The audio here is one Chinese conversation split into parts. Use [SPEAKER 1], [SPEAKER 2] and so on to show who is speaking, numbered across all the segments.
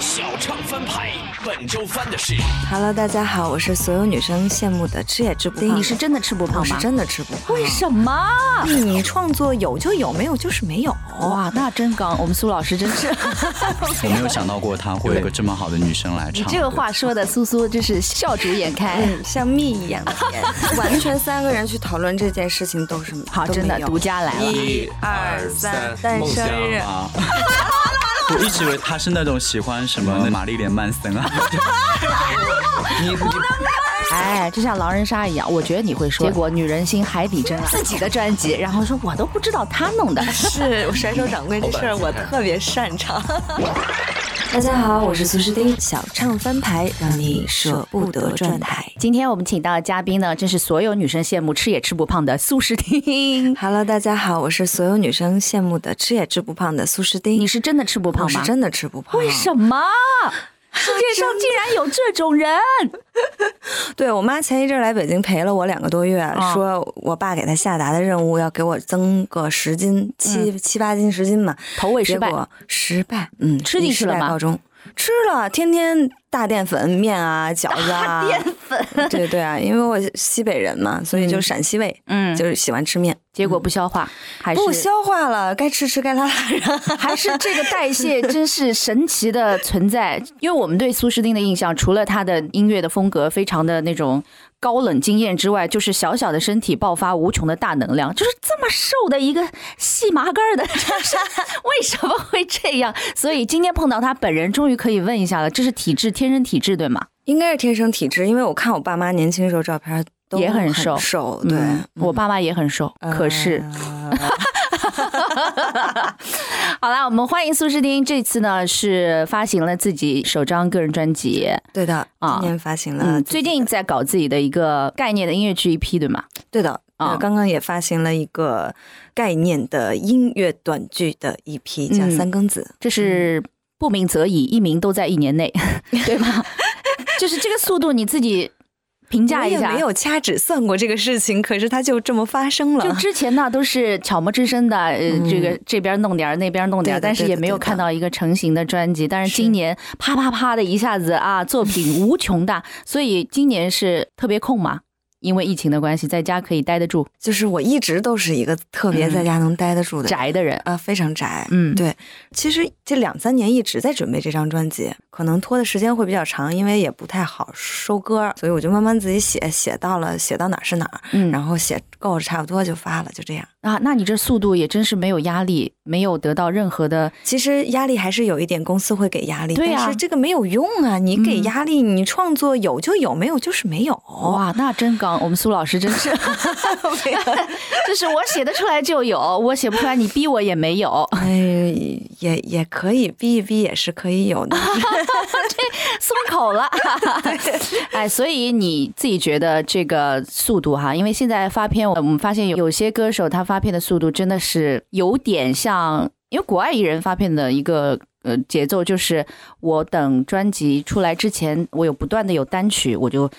[SPEAKER 1] 小唱翻牌，本周翻的是
[SPEAKER 2] Hello，大家好，我是所有女生羡慕的吃也吃不胖。
[SPEAKER 3] 哎嗯你是真的吃不
[SPEAKER 2] 我
[SPEAKER 3] 胖
[SPEAKER 2] 是
[SPEAKER 3] 吗？
[SPEAKER 2] 真的吃不胖。
[SPEAKER 3] 为什么？
[SPEAKER 2] 你创作有就有，没有就是没有。
[SPEAKER 3] 哇，那真刚，我们苏老师真是，
[SPEAKER 4] 我没有想到过她会有个这么好的女生来
[SPEAKER 3] 你
[SPEAKER 4] 唱。
[SPEAKER 3] 这个话说的，苏苏真是笑逐颜开。
[SPEAKER 2] 嗯，像蜜一 样的甜，完全三个人去讨论这件事情都是
[SPEAKER 3] 好，
[SPEAKER 2] 都没
[SPEAKER 3] 真的
[SPEAKER 2] 有
[SPEAKER 3] 独家来了。
[SPEAKER 2] 一二三，诞
[SPEAKER 1] 梦
[SPEAKER 2] 生
[SPEAKER 1] 想
[SPEAKER 2] 日，
[SPEAKER 4] 啊！我一直以为她是那种喜欢什么玛丽莲曼森啊，
[SPEAKER 1] 你你
[SPEAKER 3] 哎，就像狼人杀一样，我觉得你会说，结果女人心海底针啊自己的专辑， 然后说我都不知道他弄的。
[SPEAKER 2] 是我甩手掌柜这事儿我特别擅长。 大家好，我是苏诗丁，小唱翻牌，让你舍不得转台。
[SPEAKER 3] 今天我们请到的嘉宾呢，真是所有女生羡慕吃也吃不胖的苏诗婷。
[SPEAKER 2] Hello，大家好，我是所有女生羡慕的吃也吃不胖的苏诗丁。
[SPEAKER 3] 你是真的吃不
[SPEAKER 2] 我
[SPEAKER 3] 胖
[SPEAKER 2] 是
[SPEAKER 3] 吗？
[SPEAKER 2] 真的吃不胖，啊
[SPEAKER 3] 为什 么？世界上竟然有这种 人！
[SPEAKER 2] 对我妈前一阵儿来北京陪了我两个多月，
[SPEAKER 3] 嗯
[SPEAKER 2] 说我爸给她下达的任务要给我增个十斤、七、七八斤、十斤嘛，
[SPEAKER 3] 投喂嗯失败
[SPEAKER 2] 结果失败，嗯，
[SPEAKER 3] 吃进去了吗
[SPEAKER 2] 以失败告终，吃了，天天大淀粉面啊、饺子啊，
[SPEAKER 3] 淀 粉，
[SPEAKER 2] 对对啊，因为我西北人嘛，所以就陕西味，
[SPEAKER 3] 嗯
[SPEAKER 2] 就是喜欢吃面，
[SPEAKER 3] 结嗯果不消化，还是
[SPEAKER 2] 不消化了，该吃吃，该拉拉。
[SPEAKER 3] 还是这个代谢真是神奇的存在，因为我们对苏诗丁的印象，除了她的音乐的风格非常的那种高冷惊艳之外，就是小小的身体爆发无穷的大能量，就是这么瘦的一个细麻杆儿的，就是为什么会这样？所以今天碰到她本人，终于可以问一下了，这是体质，天生体质对吗？
[SPEAKER 2] 应该是天生体质，因为我看我爸妈年轻时候照片都
[SPEAKER 3] 也很
[SPEAKER 2] 很
[SPEAKER 3] 瘦
[SPEAKER 2] 瘦，对，呃
[SPEAKER 3] 嗯我爸妈也很瘦，可是。 好啦，我们欢迎苏诗丁。这次呢是发行了自己首张个人专辑，
[SPEAKER 2] 对的，
[SPEAKER 3] 啊
[SPEAKER 2] 今年发行了自己的、
[SPEAKER 3] 嗯，最近在搞自己的一个概念的音乐剧 EP，对吗？
[SPEAKER 2] 对的，
[SPEAKER 3] 啊
[SPEAKER 2] 呃刚刚也发行了一个概念的音乐短剧的一批，叫
[SPEAKER 3] 嗯
[SPEAKER 2] 《三更子》
[SPEAKER 3] 这是不鸣则已，一鸣都在 一年内，对吧？就是这个速度，你自己评价
[SPEAKER 2] 我
[SPEAKER 3] 一
[SPEAKER 2] 也
[SPEAKER 3] 下
[SPEAKER 2] 没。有掐指算过这个事情，可是它就这么发生了。
[SPEAKER 3] 就之前呢，都是悄没之声的，呃，
[SPEAKER 2] 嗯
[SPEAKER 3] 这个这边弄点儿，那边弄点
[SPEAKER 2] 对
[SPEAKER 3] 儿，
[SPEAKER 2] 的
[SPEAKER 3] 但是
[SPEAKER 2] 对的
[SPEAKER 3] 也没有
[SPEAKER 2] 对的
[SPEAKER 3] 看到一个成型的专辑。但是今年啪啪啪的一下子啊，作品 无穷大，所以今年是特别空嘛，因为疫情的关系，在家可以待得住，
[SPEAKER 2] 就是我一直都是一个特别在家能待得住的人。
[SPEAKER 3] 嗯宅的人，
[SPEAKER 2] 啊、非常宅。
[SPEAKER 3] 嗯
[SPEAKER 2] 对，其实这两三年一直在准备这张专辑，可能拖的时间会比较长，因为也不太好收歌，所以我就慢慢自己写，写到了写到哪儿是哪儿，
[SPEAKER 3] 嗯，
[SPEAKER 2] 然后写够了差不多就发了，就这样。
[SPEAKER 3] 啊，那你这速度也真是没有压力，没有得到任何的，
[SPEAKER 2] 其实压力还是有一点，公司会给压力，
[SPEAKER 3] 对啊
[SPEAKER 2] 但是这个没有用啊！你给压力，你创作有就有，没有就是没有。
[SPEAKER 3] 哇，那真刚，我们苏老师真 是，就是我写得出来就有，我写不出来你逼我也没有。
[SPEAKER 2] 哎，也也可以逼一逼，也是可以有 的。
[SPEAKER 3] 松口 了。 哎，所以你自己觉得这个速度哈，因为现在发片，我们发现有有些歌手他发片的速度真的是有点像，因为国外艺人发片的一个。呃，节奏就是我等专辑出来之前，我有不断的有单曲，我就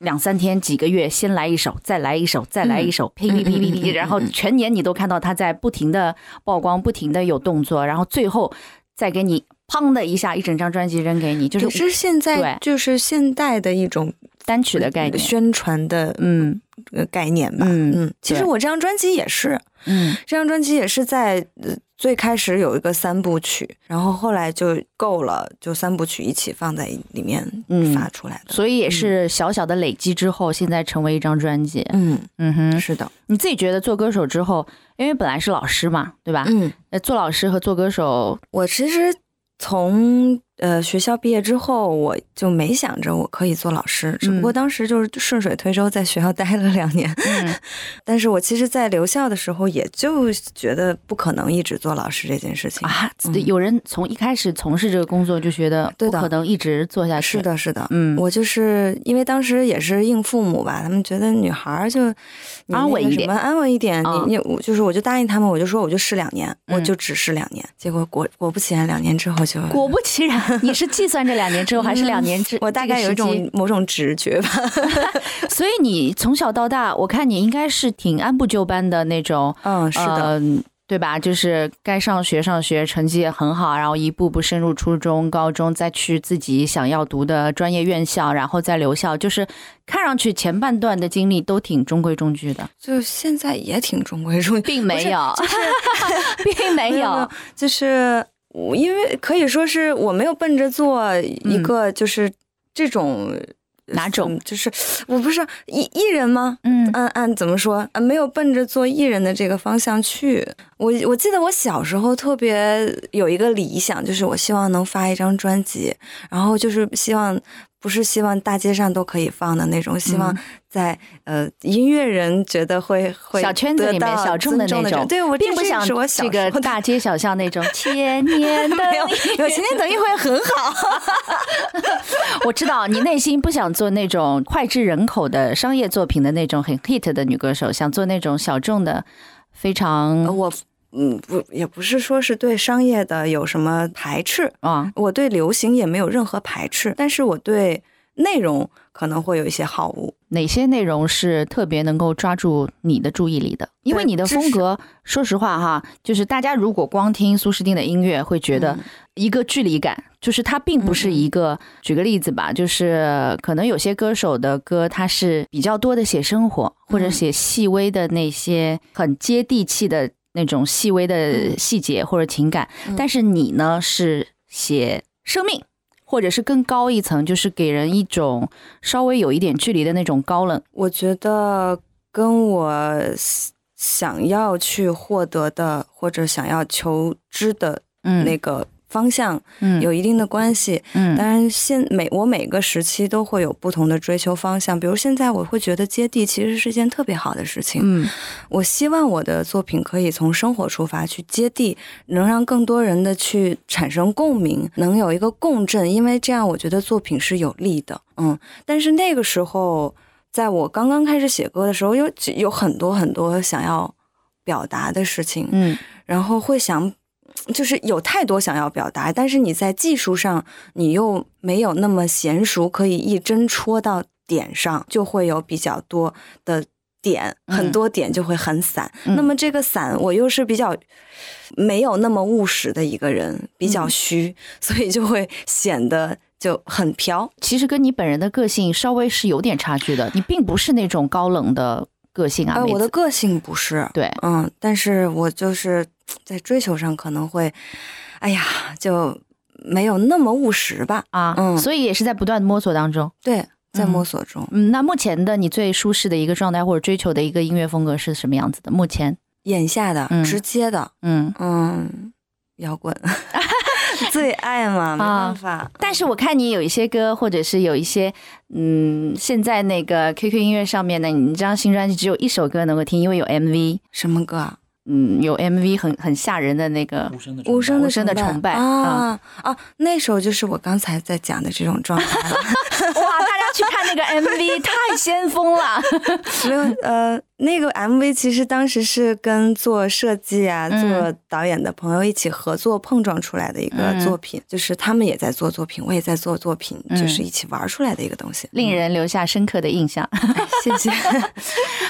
[SPEAKER 3] 两三天、几个月先来一首，再来一首，再来一首，噼噼噼噼噼，然后全年你都看到他在不停的曝光，不停的有动作，然后最后再给你砰的一下，一整张专辑扔给你，就
[SPEAKER 2] 可是现在
[SPEAKER 3] 对
[SPEAKER 2] 就是现代的一种
[SPEAKER 3] 单曲的概念。
[SPEAKER 2] 宣传的
[SPEAKER 3] 嗯
[SPEAKER 2] 呃概念吧。
[SPEAKER 3] 嗯
[SPEAKER 2] 嗯，其实
[SPEAKER 3] 对
[SPEAKER 2] 我这张专辑也是，
[SPEAKER 3] 嗯，
[SPEAKER 2] 这张专辑也是在呃最开始有一个三部曲，然后后来就够了，就三部曲一起放在里面
[SPEAKER 3] 嗯
[SPEAKER 2] 发出来的。
[SPEAKER 3] 所以也是小小的累积之后，现在成为一张专辑。
[SPEAKER 2] 嗯，
[SPEAKER 3] 嗯哼，
[SPEAKER 2] 是的，
[SPEAKER 3] 你自己觉得做歌手之后，因为本来是老师嘛，对吧？
[SPEAKER 2] 嗯。
[SPEAKER 3] 呃，做老师和做歌手，
[SPEAKER 2] 我其实从呃学校毕业之后，我就没想着我可以做老师，只不过当时就是顺水推舟，在学校待了两年。
[SPEAKER 3] 嗯
[SPEAKER 2] 但是我其实，在留校的时候，也就觉得不可能一直做老师这件事情。
[SPEAKER 3] 啊，有人从一开始从事这个工作就觉得
[SPEAKER 2] 嗯对
[SPEAKER 3] 不
[SPEAKER 2] 的
[SPEAKER 3] 可能一直做下去。
[SPEAKER 2] 是，的，是的。
[SPEAKER 3] 嗯，
[SPEAKER 2] 我就是因为当时也是应父母吧，他们觉得女孩儿就你
[SPEAKER 3] 安稳
[SPEAKER 2] 那个
[SPEAKER 3] 一
[SPEAKER 2] 什
[SPEAKER 3] 点
[SPEAKER 2] 么安稳一点。
[SPEAKER 3] 啊
[SPEAKER 2] 你你我就是我就答应他们，我就说我就试两年，我
[SPEAKER 3] 嗯
[SPEAKER 2] 就只试两年。结果果果不其然，两年之后就
[SPEAKER 3] 果不其 然，你是计算这两年之后，还是两年之？
[SPEAKER 2] 嗯我大概有一
[SPEAKER 3] 这个时
[SPEAKER 2] 种
[SPEAKER 3] 机，
[SPEAKER 2] 某种直觉吧。
[SPEAKER 3] 所以你从小到大，我看你应该是挺按部就班的那种，
[SPEAKER 2] 嗯，是的，
[SPEAKER 3] 嗯对吧？就是该上学上学，成绩也很好，然后一步步深入初中、高中，再去自己想要读的专业院校，然后再留校。就是看上去前半段的经历都挺中规中矩的，
[SPEAKER 2] 就现在也挺中规中矩，
[SPEAKER 3] 并没有，并没有，，
[SPEAKER 2] 就是我因为可以说是我没有奔着做
[SPEAKER 3] 嗯
[SPEAKER 2] 一个就是这种。
[SPEAKER 3] 哪种
[SPEAKER 2] 嗯就是我不是艺艺人吗？
[SPEAKER 3] 嗯
[SPEAKER 2] 按按怎么说？呃没有奔着做艺人的这个方向去。我我记得我小时候特别有一个理想，就是我希望能发一张专辑，然后就是希望不是希望大街上都可以放的那种，希
[SPEAKER 3] 嗯
[SPEAKER 2] 望在、呃音乐人觉得会会
[SPEAKER 3] 小圈子里面
[SPEAKER 2] 得到
[SPEAKER 3] 小众的
[SPEAKER 2] 尊重
[SPEAKER 3] 那
[SPEAKER 2] 这
[SPEAKER 3] 种，
[SPEAKER 2] 对我这
[SPEAKER 3] 并不
[SPEAKER 2] 这
[SPEAKER 3] 想
[SPEAKER 2] 是我小
[SPEAKER 3] 这个
[SPEAKER 2] 时候的
[SPEAKER 3] 大街小巷那种千年 的。
[SPEAKER 2] 没有没有，前天等一会很好。
[SPEAKER 3] 我知道你内心不想做那种脍炙人口的商业作品的那种很 hit 的女歌手，想做那种小众的，非常
[SPEAKER 2] 我嗯不也不是说是对商业的有什么排斥，
[SPEAKER 3] 啊，
[SPEAKER 2] 我对流行也没有任何排斥，但是我对内容可能会有一些好恶。
[SPEAKER 3] 哪些内容是特别能够抓住你的注意力的？因为你的
[SPEAKER 2] 知
[SPEAKER 3] 风
[SPEAKER 2] 识
[SPEAKER 3] 格，说实话哈，就是大家如果光听苏诗丁的音乐，会觉得一个距离感，就是它并不是一个。举个例子吧，就是可能有些歌手的歌，它是比较多的写生活，
[SPEAKER 2] 嗯
[SPEAKER 3] 或者写细微的那些很接地气的那种细微
[SPEAKER 2] 嗯
[SPEAKER 3] 的细节或者情感，但是你呢是写生命。或者是更高一层，就是给人一种稍微有一点距离的那种高冷。
[SPEAKER 2] 我觉得跟我想要去获得的或者想要求知的
[SPEAKER 3] 嗯
[SPEAKER 2] 那个方向
[SPEAKER 3] 嗯
[SPEAKER 2] 有一定的关系。当
[SPEAKER 3] 嗯
[SPEAKER 2] 然现，每我每个时期都会有不同的追求方向。比如现在，我会觉得接地其实是一件特别好的事情。
[SPEAKER 3] 嗯
[SPEAKER 2] 我希望我的作品可以从生活出发去接地，能让更多人的去产生共鸣，能有一个共振，因为这样我觉得作品是有力的。嗯，但是那个时候，在我刚刚开始写歌的时候，有有很多很多想要表达的事情，
[SPEAKER 3] 嗯
[SPEAKER 2] 然后会想，就是有太多想要表达，但是你在技术上你又没有那么娴熟，可以一针戳到点上，就会有比较多的点，
[SPEAKER 3] 嗯
[SPEAKER 2] 很多点就会很散。
[SPEAKER 3] 嗯
[SPEAKER 2] 那么这个散，我又是比较没有那么务实的一个人，比
[SPEAKER 3] 嗯
[SPEAKER 2] 较虚， 所以就会显得就很飘。
[SPEAKER 3] 其实跟你本人的个性稍微是有点差距的，你并不是那种高冷的个性啊。
[SPEAKER 2] 哎，
[SPEAKER 3] 妹
[SPEAKER 2] 我的
[SPEAKER 3] 子
[SPEAKER 2] 个性不是，
[SPEAKER 3] 对，
[SPEAKER 2] 嗯，但是我就是在追求上可能会，哎呀，就没有那么务实吧。
[SPEAKER 3] 啊，
[SPEAKER 2] 嗯
[SPEAKER 3] 所以也是在不断摸索当中。
[SPEAKER 2] 对，在
[SPEAKER 3] 嗯
[SPEAKER 2] 摸索中，
[SPEAKER 3] 嗯，那目前的你最舒适的一个状态或者追求的一个音乐风格是什么样子的？目前，
[SPEAKER 2] 眼下的、
[SPEAKER 3] 嗯
[SPEAKER 2] 直接的，
[SPEAKER 3] 嗯，
[SPEAKER 2] 嗯，摇滚， 最爱嘛，没办法。
[SPEAKER 3] 啊但是我看你有一些歌，或者是有一些，嗯，现在那个 QQ 音乐上面呢，你这张新专辑只有一首歌能够听，因为有 MV，
[SPEAKER 2] 什么歌啊？
[SPEAKER 3] 嗯，有 MV 很很吓人的 那个，
[SPEAKER 4] 无声的
[SPEAKER 2] 无声的
[SPEAKER 3] 无声的崇拜
[SPEAKER 2] 啊啊！那首就是我刚才在讲的这种状态了，
[SPEAKER 3] 哇，大家去看那个 MV，太先锋了。
[SPEAKER 2] 没有呃，那个 MV 其实当时是跟做设计啊、
[SPEAKER 3] 嗯
[SPEAKER 2] 做导演的朋友一起合作碰撞出来的一个
[SPEAKER 3] 嗯
[SPEAKER 2] 作品，就是他们也在做作品，我也在做作品，
[SPEAKER 3] 嗯
[SPEAKER 2] 就是一起玩出来的一个东西。
[SPEAKER 3] 令人留下深刻的印象。
[SPEAKER 2] 哎谢谢。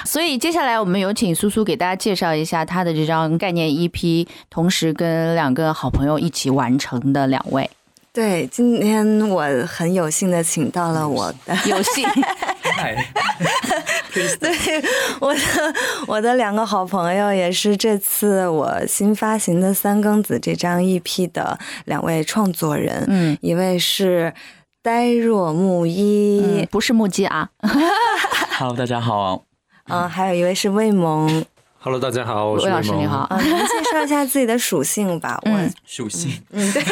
[SPEAKER 3] 所以接下来我们有请苏苏给大家介绍一下他的这张概念 EP，同时跟两个好朋友一起完成的两位
[SPEAKER 2] 对，今天我很有幸的请到了我的，
[SPEAKER 3] 有戏。
[SPEAKER 4] 嗨，
[SPEAKER 2] 对我的我的两个好朋友，也是这次我新发行的《三更子》这张 EP 的两位创作人，
[SPEAKER 3] 嗯
[SPEAKER 2] 一位是呆若木一
[SPEAKER 3] 嗯，，不是木屐 啊，
[SPEAKER 4] Hello，大家好，
[SPEAKER 2] 嗯、还有一位是魏萌，
[SPEAKER 5] Hello，大家好，我是
[SPEAKER 3] 魏老师
[SPEAKER 5] 萌
[SPEAKER 3] 你好。
[SPEAKER 2] 嗯、你们介绍一下自己的属性吧，我
[SPEAKER 3] 嗯
[SPEAKER 4] 属性
[SPEAKER 2] 嗯对，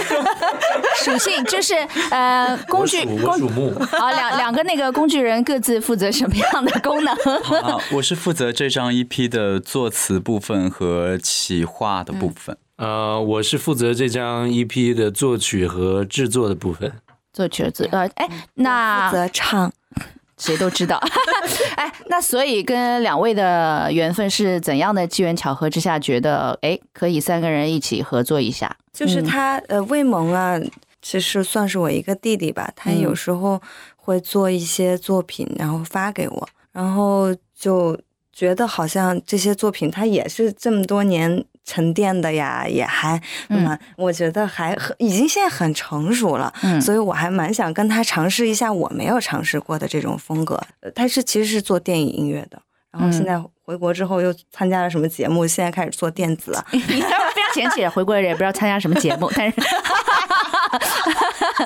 [SPEAKER 3] 属性就是呃工
[SPEAKER 5] 我
[SPEAKER 3] 具
[SPEAKER 5] 属我属
[SPEAKER 3] 工
[SPEAKER 5] 木，
[SPEAKER 3] 啊两两个那个工具人各自负责什么样的功 能？
[SPEAKER 4] 啊，我是负责这张 EP 的作词部分和企划的部分。
[SPEAKER 5] 呃，我是负责这张 EP 的作曲和制作的部 分。
[SPEAKER 3] 作曲自呃哎
[SPEAKER 2] 负
[SPEAKER 3] 那
[SPEAKER 2] 责唱。
[SPEAKER 3] 谁都知道 哎那所以跟两位的缘分是怎样的机缘巧合之下觉得哎可以三个人一起合作一下？
[SPEAKER 2] 就是
[SPEAKER 3] 嗯
[SPEAKER 2] 他、呃，魏萌啊，其实算是我一个弟弟吧。他
[SPEAKER 3] 嗯
[SPEAKER 2] 有时候会做一些作品，然后发给我，然后就觉得好像这些作品他也是这么多年沉淀的呀，也还蛮，我觉得还很已经现在很成熟了，
[SPEAKER 3] 嗯
[SPEAKER 2] 所以我还蛮想跟他尝试一下我没有尝试过的这种风格。呃他是其实是做电影音乐的，然后现
[SPEAKER 3] 嗯
[SPEAKER 2] 在回国之后又参加了什么节目，现在开始做电子啊，
[SPEAKER 3] 你要不要前姐回国也不知道参加什么节目，但是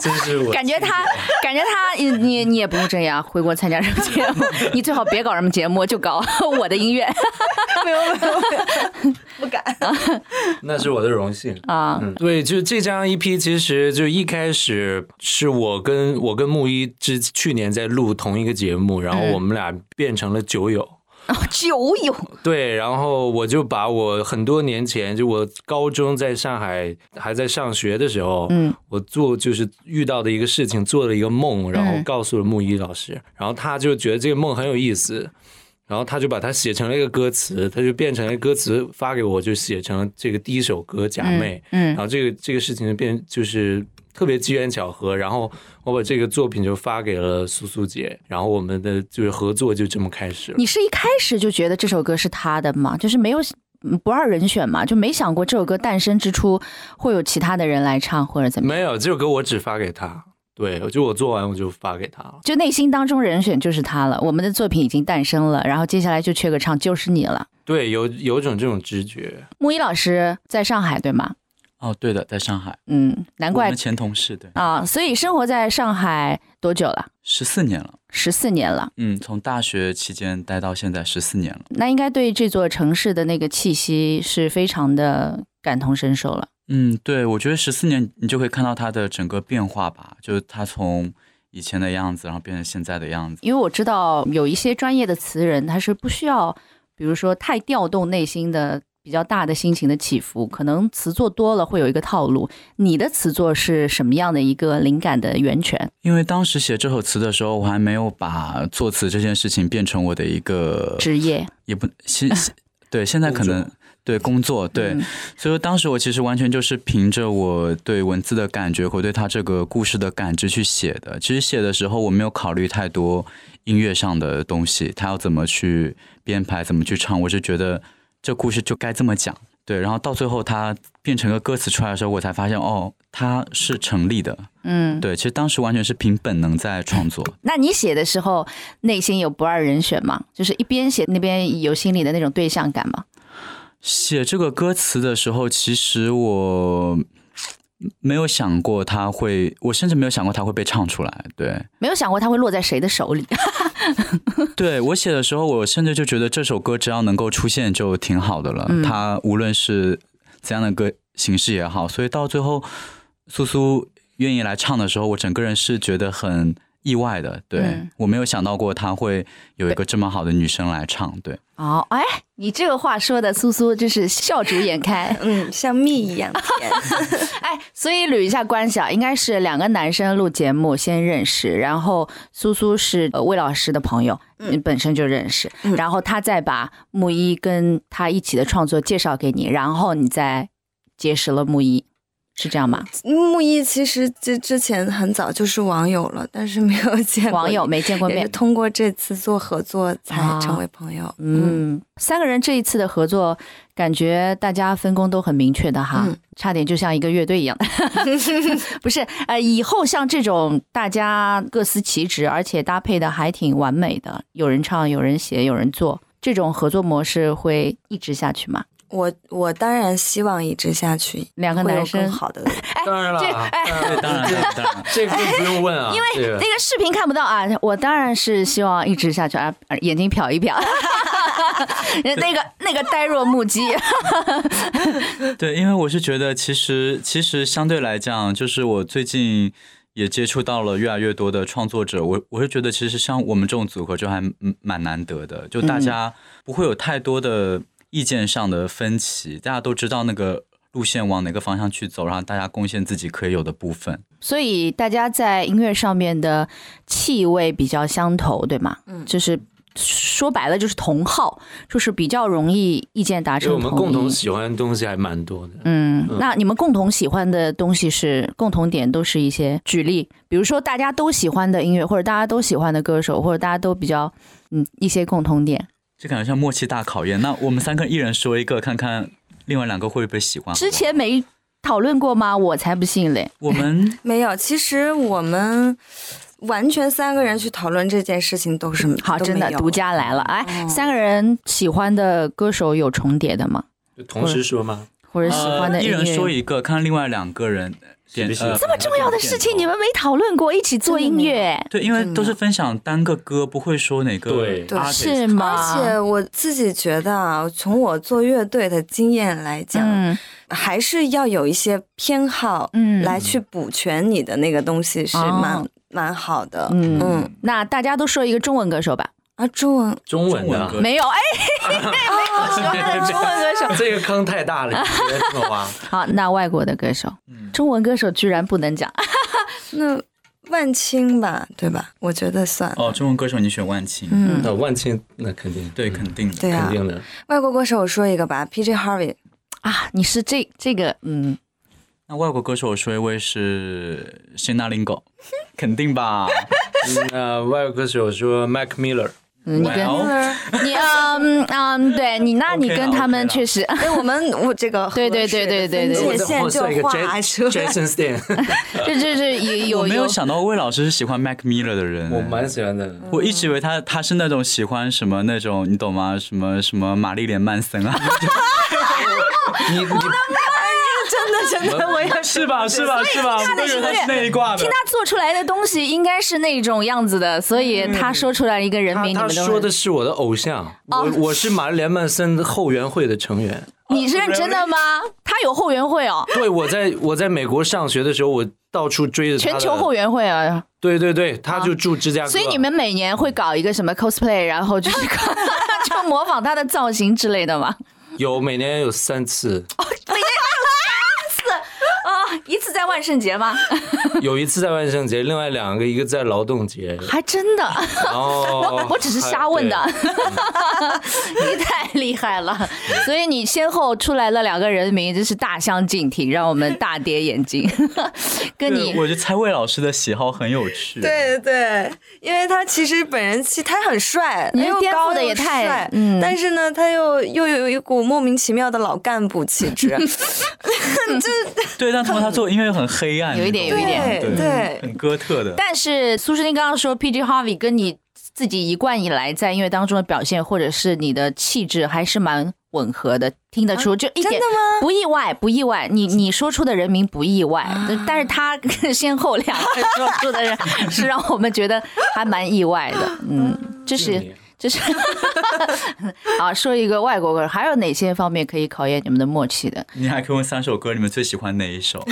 [SPEAKER 5] 这是我
[SPEAKER 3] 感觉他，感觉他，你你你也不用这样，回国参加什么节目，你最好别搞什么节目，就搞 我的音乐
[SPEAKER 2] 没有没有没有， 不敢。。
[SPEAKER 5] 那是我的荣幸。
[SPEAKER 3] 啊。
[SPEAKER 5] 嗯，对，就这张 EP，其实就一开始是我跟我跟木一之去年在录同一个节目，然后
[SPEAKER 3] 嗯
[SPEAKER 5] 我们俩变成了酒友。
[SPEAKER 3] 酒友，
[SPEAKER 5] 对，然后我就把我很多年前，就我高中在上海还在上学的时候，
[SPEAKER 3] 嗯，
[SPEAKER 5] 我做就是遇到的一个事情，做了一个梦，然后
[SPEAKER 3] 嗯
[SPEAKER 5] 告诉了木一老师，然后他就觉得这个梦很有意思，然后他就把它写成了一个歌词，他就变成了歌词发给我，就写成了这个第一首歌《假
[SPEAKER 3] 嗯
[SPEAKER 5] 寐》，
[SPEAKER 3] 嗯
[SPEAKER 5] 然后这个这个事情就变就是特别机缘巧合，然后我把这个作品就发给了苏苏姐，然后我们的就是合作就这么开始了。
[SPEAKER 3] 你是一开始就觉得这首歌是他的吗？就是没有嗯不二人选嘛，就没想过这首歌诞生之初会有其他的人来唱或者怎么样。
[SPEAKER 5] 没有，这首歌我只发给他。对，就我做完我就发给他了。
[SPEAKER 3] 就内心当中人选就是他了，我们的作品已经诞生了，然后接下来就缺个唱就是你了。
[SPEAKER 5] 对，有有种这种直觉。
[SPEAKER 3] 木一老师在上海对吗？
[SPEAKER 4] 哦，对的，在上海，
[SPEAKER 3] 嗯，难
[SPEAKER 4] 我
[SPEAKER 3] 怪
[SPEAKER 4] 们前同事，对，
[SPEAKER 3] 啊，所以生活在上海多久了？
[SPEAKER 4] 十四年了，
[SPEAKER 3] 十四年了。
[SPEAKER 4] 嗯，从大学期间待到现在十四年了。
[SPEAKER 3] 那应该对这座城市的那个气息是非常的感同身受了。
[SPEAKER 4] 嗯，对，我觉得十四年你就会看到它的整个变化吧，就是它从以前的样子，然后变成现在的样子。
[SPEAKER 3] 因为我知道有一些专业的词人，他是不需要，比如说太调动内心的比较大的心情的起伏，可能词作多了会有一个套路。你的词作是什么样的一个灵感的源泉？
[SPEAKER 4] 因为当时写这首词的时候，我还没有把作词这件事情变成我的一个
[SPEAKER 3] 职业？
[SPEAKER 4] 也不现现 对，现在可能对工作对，
[SPEAKER 3] 嗯
[SPEAKER 4] 所以说当时我其实完全就是凭着我对文字的感觉和对他这个故事的感知去写的。其实写的时候我没有考虑太多音乐上的东西，他要怎么去编排，怎么去唱，我是觉得这故事就该这么讲。对，然后到最后他变成个歌词出来的时候，我才发现哦，它是成立的。
[SPEAKER 3] 嗯，
[SPEAKER 4] 对，其实当时完全是凭本能在创作。
[SPEAKER 3] 那你写的时候内心有不二人选吗？就是一边写那边有心里的那种对象感吗？
[SPEAKER 4] 写这个歌词的时候，其实我没有想过它会，我甚至没有想过它会被唱出来。对，
[SPEAKER 3] 没有想过它会落在谁的手里。
[SPEAKER 4] 对我写的时候，我甚至就觉得这首歌只要能够出现就挺好的了。
[SPEAKER 3] 嗯
[SPEAKER 4] 它无论是怎样的歌形式也好，所以到最后苏苏愿意来唱的时候，我整个人是觉得很意外的。对、
[SPEAKER 3] 嗯
[SPEAKER 4] 我没有想到过她会有一个这么好的女生来唱。对。
[SPEAKER 3] 哦，哎，你这个话说的，苏苏真是笑逐颜开
[SPEAKER 2] 嗯，像蜜一样甜。
[SPEAKER 3] 哎，所以捋一下关系啊，应该是两个男生录节目先认识，然后苏苏是呃魏老师的朋友，嗯，本身就认识，
[SPEAKER 2] 嗯
[SPEAKER 3] 然后他再把木一跟他一起的创作介绍给你，然后你再结识了木一，是这样 吗？
[SPEAKER 2] 木易其实之之前很早就是网友了，但是没有见过
[SPEAKER 3] 网友没见过
[SPEAKER 2] 也
[SPEAKER 3] 面啊
[SPEAKER 2] 是，通过这次做合作才成为朋友。嗯，
[SPEAKER 3] 嗯，三个人这一次的合作，感觉大家分工都很明确的哈，
[SPEAKER 2] 嗯
[SPEAKER 3] 差点就像一个乐队一样。 不是，呃，以后像这种大家各司其职，而且搭配的还挺完美的，有人唱，有人写，有人做，这种合作模式会一直下去吗？
[SPEAKER 2] 我我当然希望一直下去，
[SPEAKER 3] 两个
[SPEAKER 2] 会有
[SPEAKER 3] 男生
[SPEAKER 2] 更好的。
[SPEAKER 5] 当然了，
[SPEAKER 3] 这哎
[SPEAKER 5] 哎
[SPEAKER 4] 当然了，当然了，
[SPEAKER 5] 这个不用问啊，因为
[SPEAKER 3] 那个视频看不到啊，我当然是希望一直下去啊，呃眼睛瞟一瞟， 那个那个呆若木鸡，
[SPEAKER 4] 对，因为我是觉得，其实其实相对来讲，就是我最近也接触到了越来越多的创作者，我我是觉得，其实像我们这种组合就还嗯蛮难得的，就大家不会有太多的意见上的分歧，大家都知道那个路线往哪个方向去走，然后大家贡献自己可以有的部分。
[SPEAKER 3] 所以大家在音乐上面的气味比较相投，对吗？嗯，就是说白了就是同好，就是比较容易意见达
[SPEAKER 5] 因为我
[SPEAKER 3] 成
[SPEAKER 5] 们
[SPEAKER 3] 统
[SPEAKER 5] 共同
[SPEAKER 3] 一。
[SPEAKER 5] 喜欢的东西还蛮多的。
[SPEAKER 3] 嗯，那你们共同喜欢的东西是共同点，都是一些举例，比如说大家都喜欢的音乐，或者大家都喜欢的歌手，或者大家都比较嗯一些共同点。
[SPEAKER 4] 这感觉像默契大考验。那我们三个一人说一个，看看另外两个会被喜欢。好不好
[SPEAKER 3] 之前没讨论过吗？我才不信嘞！
[SPEAKER 4] 我们
[SPEAKER 2] 没有，其实我们完全三个人去讨论这件事情都是
[SPEAKER 3] 好，
[SPEAKER 2] 都没
[SPEAKER 3] 真的
[SPEAKER 2] 有嗯
[SPEAKER 3] 独家来了。哎，三个人喜欢的歌手有重叠的吗？
[SPEAKER 5] 就同时说吗？
[SPEAKER 3] 或 者喜欢的
[SPEAKER 4] 呃一
[SPEAKER 3] 音乐？
[SPEAKER 4] 人说一个，看另外两个人点
[SPEAKER 5] 喜不喜欢
[SPEAKER 4] 呃
[SPEAKER 5] 这
[SPEAKER 3] 这么重要的事情你
[SPEAKER 4] 点头
[SPEAKER 3] 们没讨论过，一起做音乐
[SPEAKER 4] 对，因为都是分享单个歌，不会说哪个
[SPEAKER 5] 对对
[SPEAKER 4] artist
[SPEAKER 3] 啊是
[SPEAKER 2] 而
[SPEAKER 3] 吗？
[SPEAKER 2] 且我自己觉得啊，从我做乐队的经验来讲，
[SPEAKER 3] 嗯
[SPEAKER 2] 还是要有一些偏好，
[SPEAKER 3] 嗯
[SPEAKER 2] 来去补全你的那个东西是蛮、
[SPEAKER 3] 哦
[SPEAKER 2] 蛮好的。
[SPEAKER 3] 嗯
[SPEAKER 2] 嗯
[SPEAKER 3] 那大家都说一个中文歌手吧？
[SPEAKER 2] 啊，中文
[SPEAKER 5] 中文
[SPEAKER 4] 中文
[SPEAKER 5] 的
[SPEAKER 4] 歌。
[SPEAKER 3] 没有， 哎，没有喜欢的中文歌手。
[SPEAKER 5] 这个坑太大了，你觉得这么挖？
[SPEAKER 3] 好，那外国的歌手，中文歌手居然不能讲，
[SPEAKER 2] 那万青吧，对吧？我觉得算。
[SPEAKER 4] 哦，中文歌手你选万青，
[SPEAKER 2] 嗯，
[SPEAKER 5] 那万青那肯定，
[SPEAKER 4] 对，肯定的。
[SPEAKER 2] 对啊
[SPEAKER 5] 肯，定的。
[SPEAKER 2] 外国歌手我说一个吧，P.J. Harvey，
[SPEAKER 3] 啊，你是这这个，嗯，
[SPEAKER 4] 那外国歌手我说一位是谢娜林狗， 肯定吧？
[SPEAKER 5] 那嗯呃外国歌手说 Mac Miller，
[SPEAKER 3] 嗯你跟
[SPEAKER 4] Well，
[SPEAKER 5] 哦
[SPEAKER 3] 你，嗯嗯，对你，那你
[SPEAKER 4] OK 了
[SPEAKER 3] 跟他们
[SPEAKER 4] OK 了
[SPEAKER 3] 确实，
[SPEAKER 2] 哎，我们我这个
[SPEAKER 3] 对对对对对对
[SPEAKER 2] 合
[SPEAKER 5] 我
[SPEAKER 2] 适的
[SPEAKER 5] 再
[SPEAKER 2] 分界线
[SPEAKER 5] 后设一
[SPEAKER 2] 就
[SPEAKER 5] 个
[SPEAKER 2] 画
[SPEAKER 5] Jas-
[SPEAKER 2] 出来。
[SPEAKER 5] Jason Stan，
[SPEAKER 3] 这这这 有
[SPEAKER 4] 我
[SPEAKER 3] 有
[SPEAKER 4] 没有想到魏老师是喜欢 Mac Miller 的人，
[SPEAKER 5] 我蛮喜欢的。
[SPEAKER 4] 我一直以为他他是那种喜欢什么那种，你懂吗？什么什么玛丽莲曼森啊，
[SPEAKER 5] 你你
[SPEAKER 2] 真的真的，我也
[SPEAKER 4] 是吧？是吧？是吧？我以为他是那一挂的
[SPEAKER 3] 听。他做出来的东西应该是那种样子的，所以他说出来一个人
[SPEAKER 5] 他
[SPEAKER 3] 名，你
[SPEAKER 5] 他
[SPEAKER 3] 们都哦
[SPEAKER 5] 说的是我的偶像，我我是玛丽莲曼森后援会的成员。
[SPEAKER 3] 你是认真的吗？他有后援会哦，
[SPEAKER 5] 对，我在我在美国上学的时候，我到处追着他
[SPEAKER 3] 全
[SPEAKER 5] 的
[SPEAKER 3] 球后援会啊，
[SPEAKER 5] 对对对，他就住芝加哥，
[SPEAKER 3] 所以你们每年会搞一个什么 cosplay，然后就是 就模仿他的造型之类的吗？
[SPEAKER 5] 有每年有三次，
[SPEAKER 3] 啊，一次在万圣节吗？
[SPEAKER 5] 有一次在万圣节，另外两个一个在劳动节。
[SPEAKER 3] 还真的，
[SPEAKER 5] 然后
[SPEAKER 3] 我只是瞎问的
[SPEAKER 5] 哦 还。
[SPEAKER 3] 你太厉害了，所以你先后出来了两个人名，真是大相径庭，让我们大跌眼镜。 跟你
[SPEAKER 4] 对我就猜魏老师的喜好很有趣。，
[SPEAKER 2] 对对，因为他其实本人其他很帅，
[SPEAKER 3] 你
[SPEAKER 2] 他又
[SPEAKER 3] 颠覆
[SPEAKER 2] 高
[SPEAKER 3] 得
[SPEAKER 2] 又
[SPEAKER 3] 也太
[SPEAKER 2] 帅
[SPEAKER 3] 嗯
[SPEAKER 2] 但是呢，他又又有一股莫名其妙的老干部气质，
[SPEAKER 4] 对，但同时他做音乐很黑暗，
[SPEAKER 3] 有一点
[SPEAKER 4] 你懂吗
[SPEAKER 3] 有一
[SPEAKER 2] 点
[SPEAKER 4] 对，
[SPEAKER 2] 对
[SPEAKER 4] 很哥特的。
[SPEAKER 3] 但是苏诗丁刚刚说，P.G. Harvey 跟你自己一贯以来在音乐当中的表现，或者是你的气质，还是蛮吻合的，听得出，就一
[SPEAKER 2] 啊真的
[SPEAKER 3] 点
[SPEAKER 2] 吗？
[SPEAKER 3] 不意外，不意外。你你说出的人名不意外，
[SPEAKER 2] 啊
[SPEAKER 3] 但是他先后两个说出的人 是让我们觉得还蛮意外的。嗯，这是这是 啊，说一个外国歌，还有哪些方面可以考验你们的默契的？
[SPEAKER 4] 你还可以问三首歌，你们最喜欢哪一首？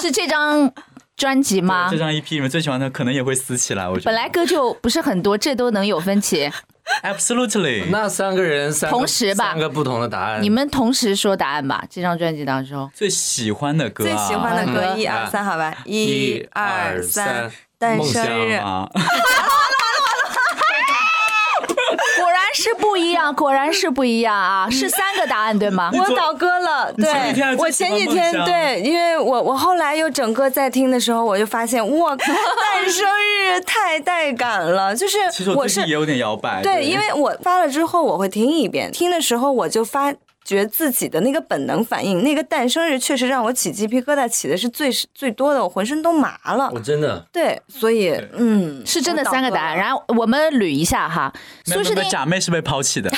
[SPEAKER 3] 是这张专辑吗
[SPEAKER 2] 啊
[SPEAKER 4] 这？张 EP 你们最喜欢的可能也会撕起来，我觉得。
[SPEAKER 3] 本来歌就不是很多，这都能有分歧。
[SPEAKER 4] absolutely，
[SPEAKER 5] 那三个人三个
[SPEAKER 3] 同时吧
[SPEAKER 5] 三个不同的答
[SPEAKER 4] 嗯
[SPEAKER 5] 案。
[SPEAKER 3] 你们同时说答案吧。这张专辑 当中，
[SPEAKER 4] 最喜欢的歌、啊，
[SPEAKER 2] 最喜欢的歌
[SPEAKER 3] 嗯
[SPEAKER 2] 一二三，好吧，
[SPEAKER 5] 一
[SPEAKER 2] 二
[SPEAKER 5] 二
[SPEAKER 2] 三
[SPEAKER 5] 三，，
[SPEAKER 2] 诞
[SPEAKER 5] 梦
[SPEAKER 2] 生
[SPEAKER 5] 想
[SPEAKER 2] 日，
[SPEAKER 4] 啊，
[SPEAKER 3] 果然是不一样，果然是不一样啊！是三个答案对吗？
[SPEAKER 2] 我倒戈了，
[SPEAKER 4] 你前几天还
[SPEAKER 2] 对，
[SPEAKER 4] 最
[SPEAKER 2] 我
[SPEAKER 4] 喜
[SPEAKER 2] 前
[SPEAKER 4] 欢
[SPEAKER 2] 几天
[SPEAKER 4] 梦想啊
[SPEAKER 2] 对，因为我我后来又整个在听的时候，我就发 现，我靠，诞生日太带感了，就是
[SPEAKER 4] 其实我
[SPEAKER 2] 我
[SPEAKER 4] 自己
[SPEAKER 2] 是
[SPEAKER 4] 也有点摇摆。
[SPEAKER 2] 对，因为我发了之后我会听一遍，听的时候我就发觉自己的那个本能反应，那个诞生日确实让我起鸡皮疙瘩起的是最最多的，我浑身都麻了
[SPEAKER 5] 我。真的
[SPEAKER 2] 对，所以嗯，
[SPEAKER 3] 是真的
[SPEAKER 2] 我倒
[SPEAKER 3] 三个答案。然后我们捋一下哈，
[SPEAKER 4] 没
[SPEAKER 3] 苏
[SPEAKER 4] 没
[SPEAKER 3] 诗丁
[SPEAKER 4] 没假妹是被抛弃的，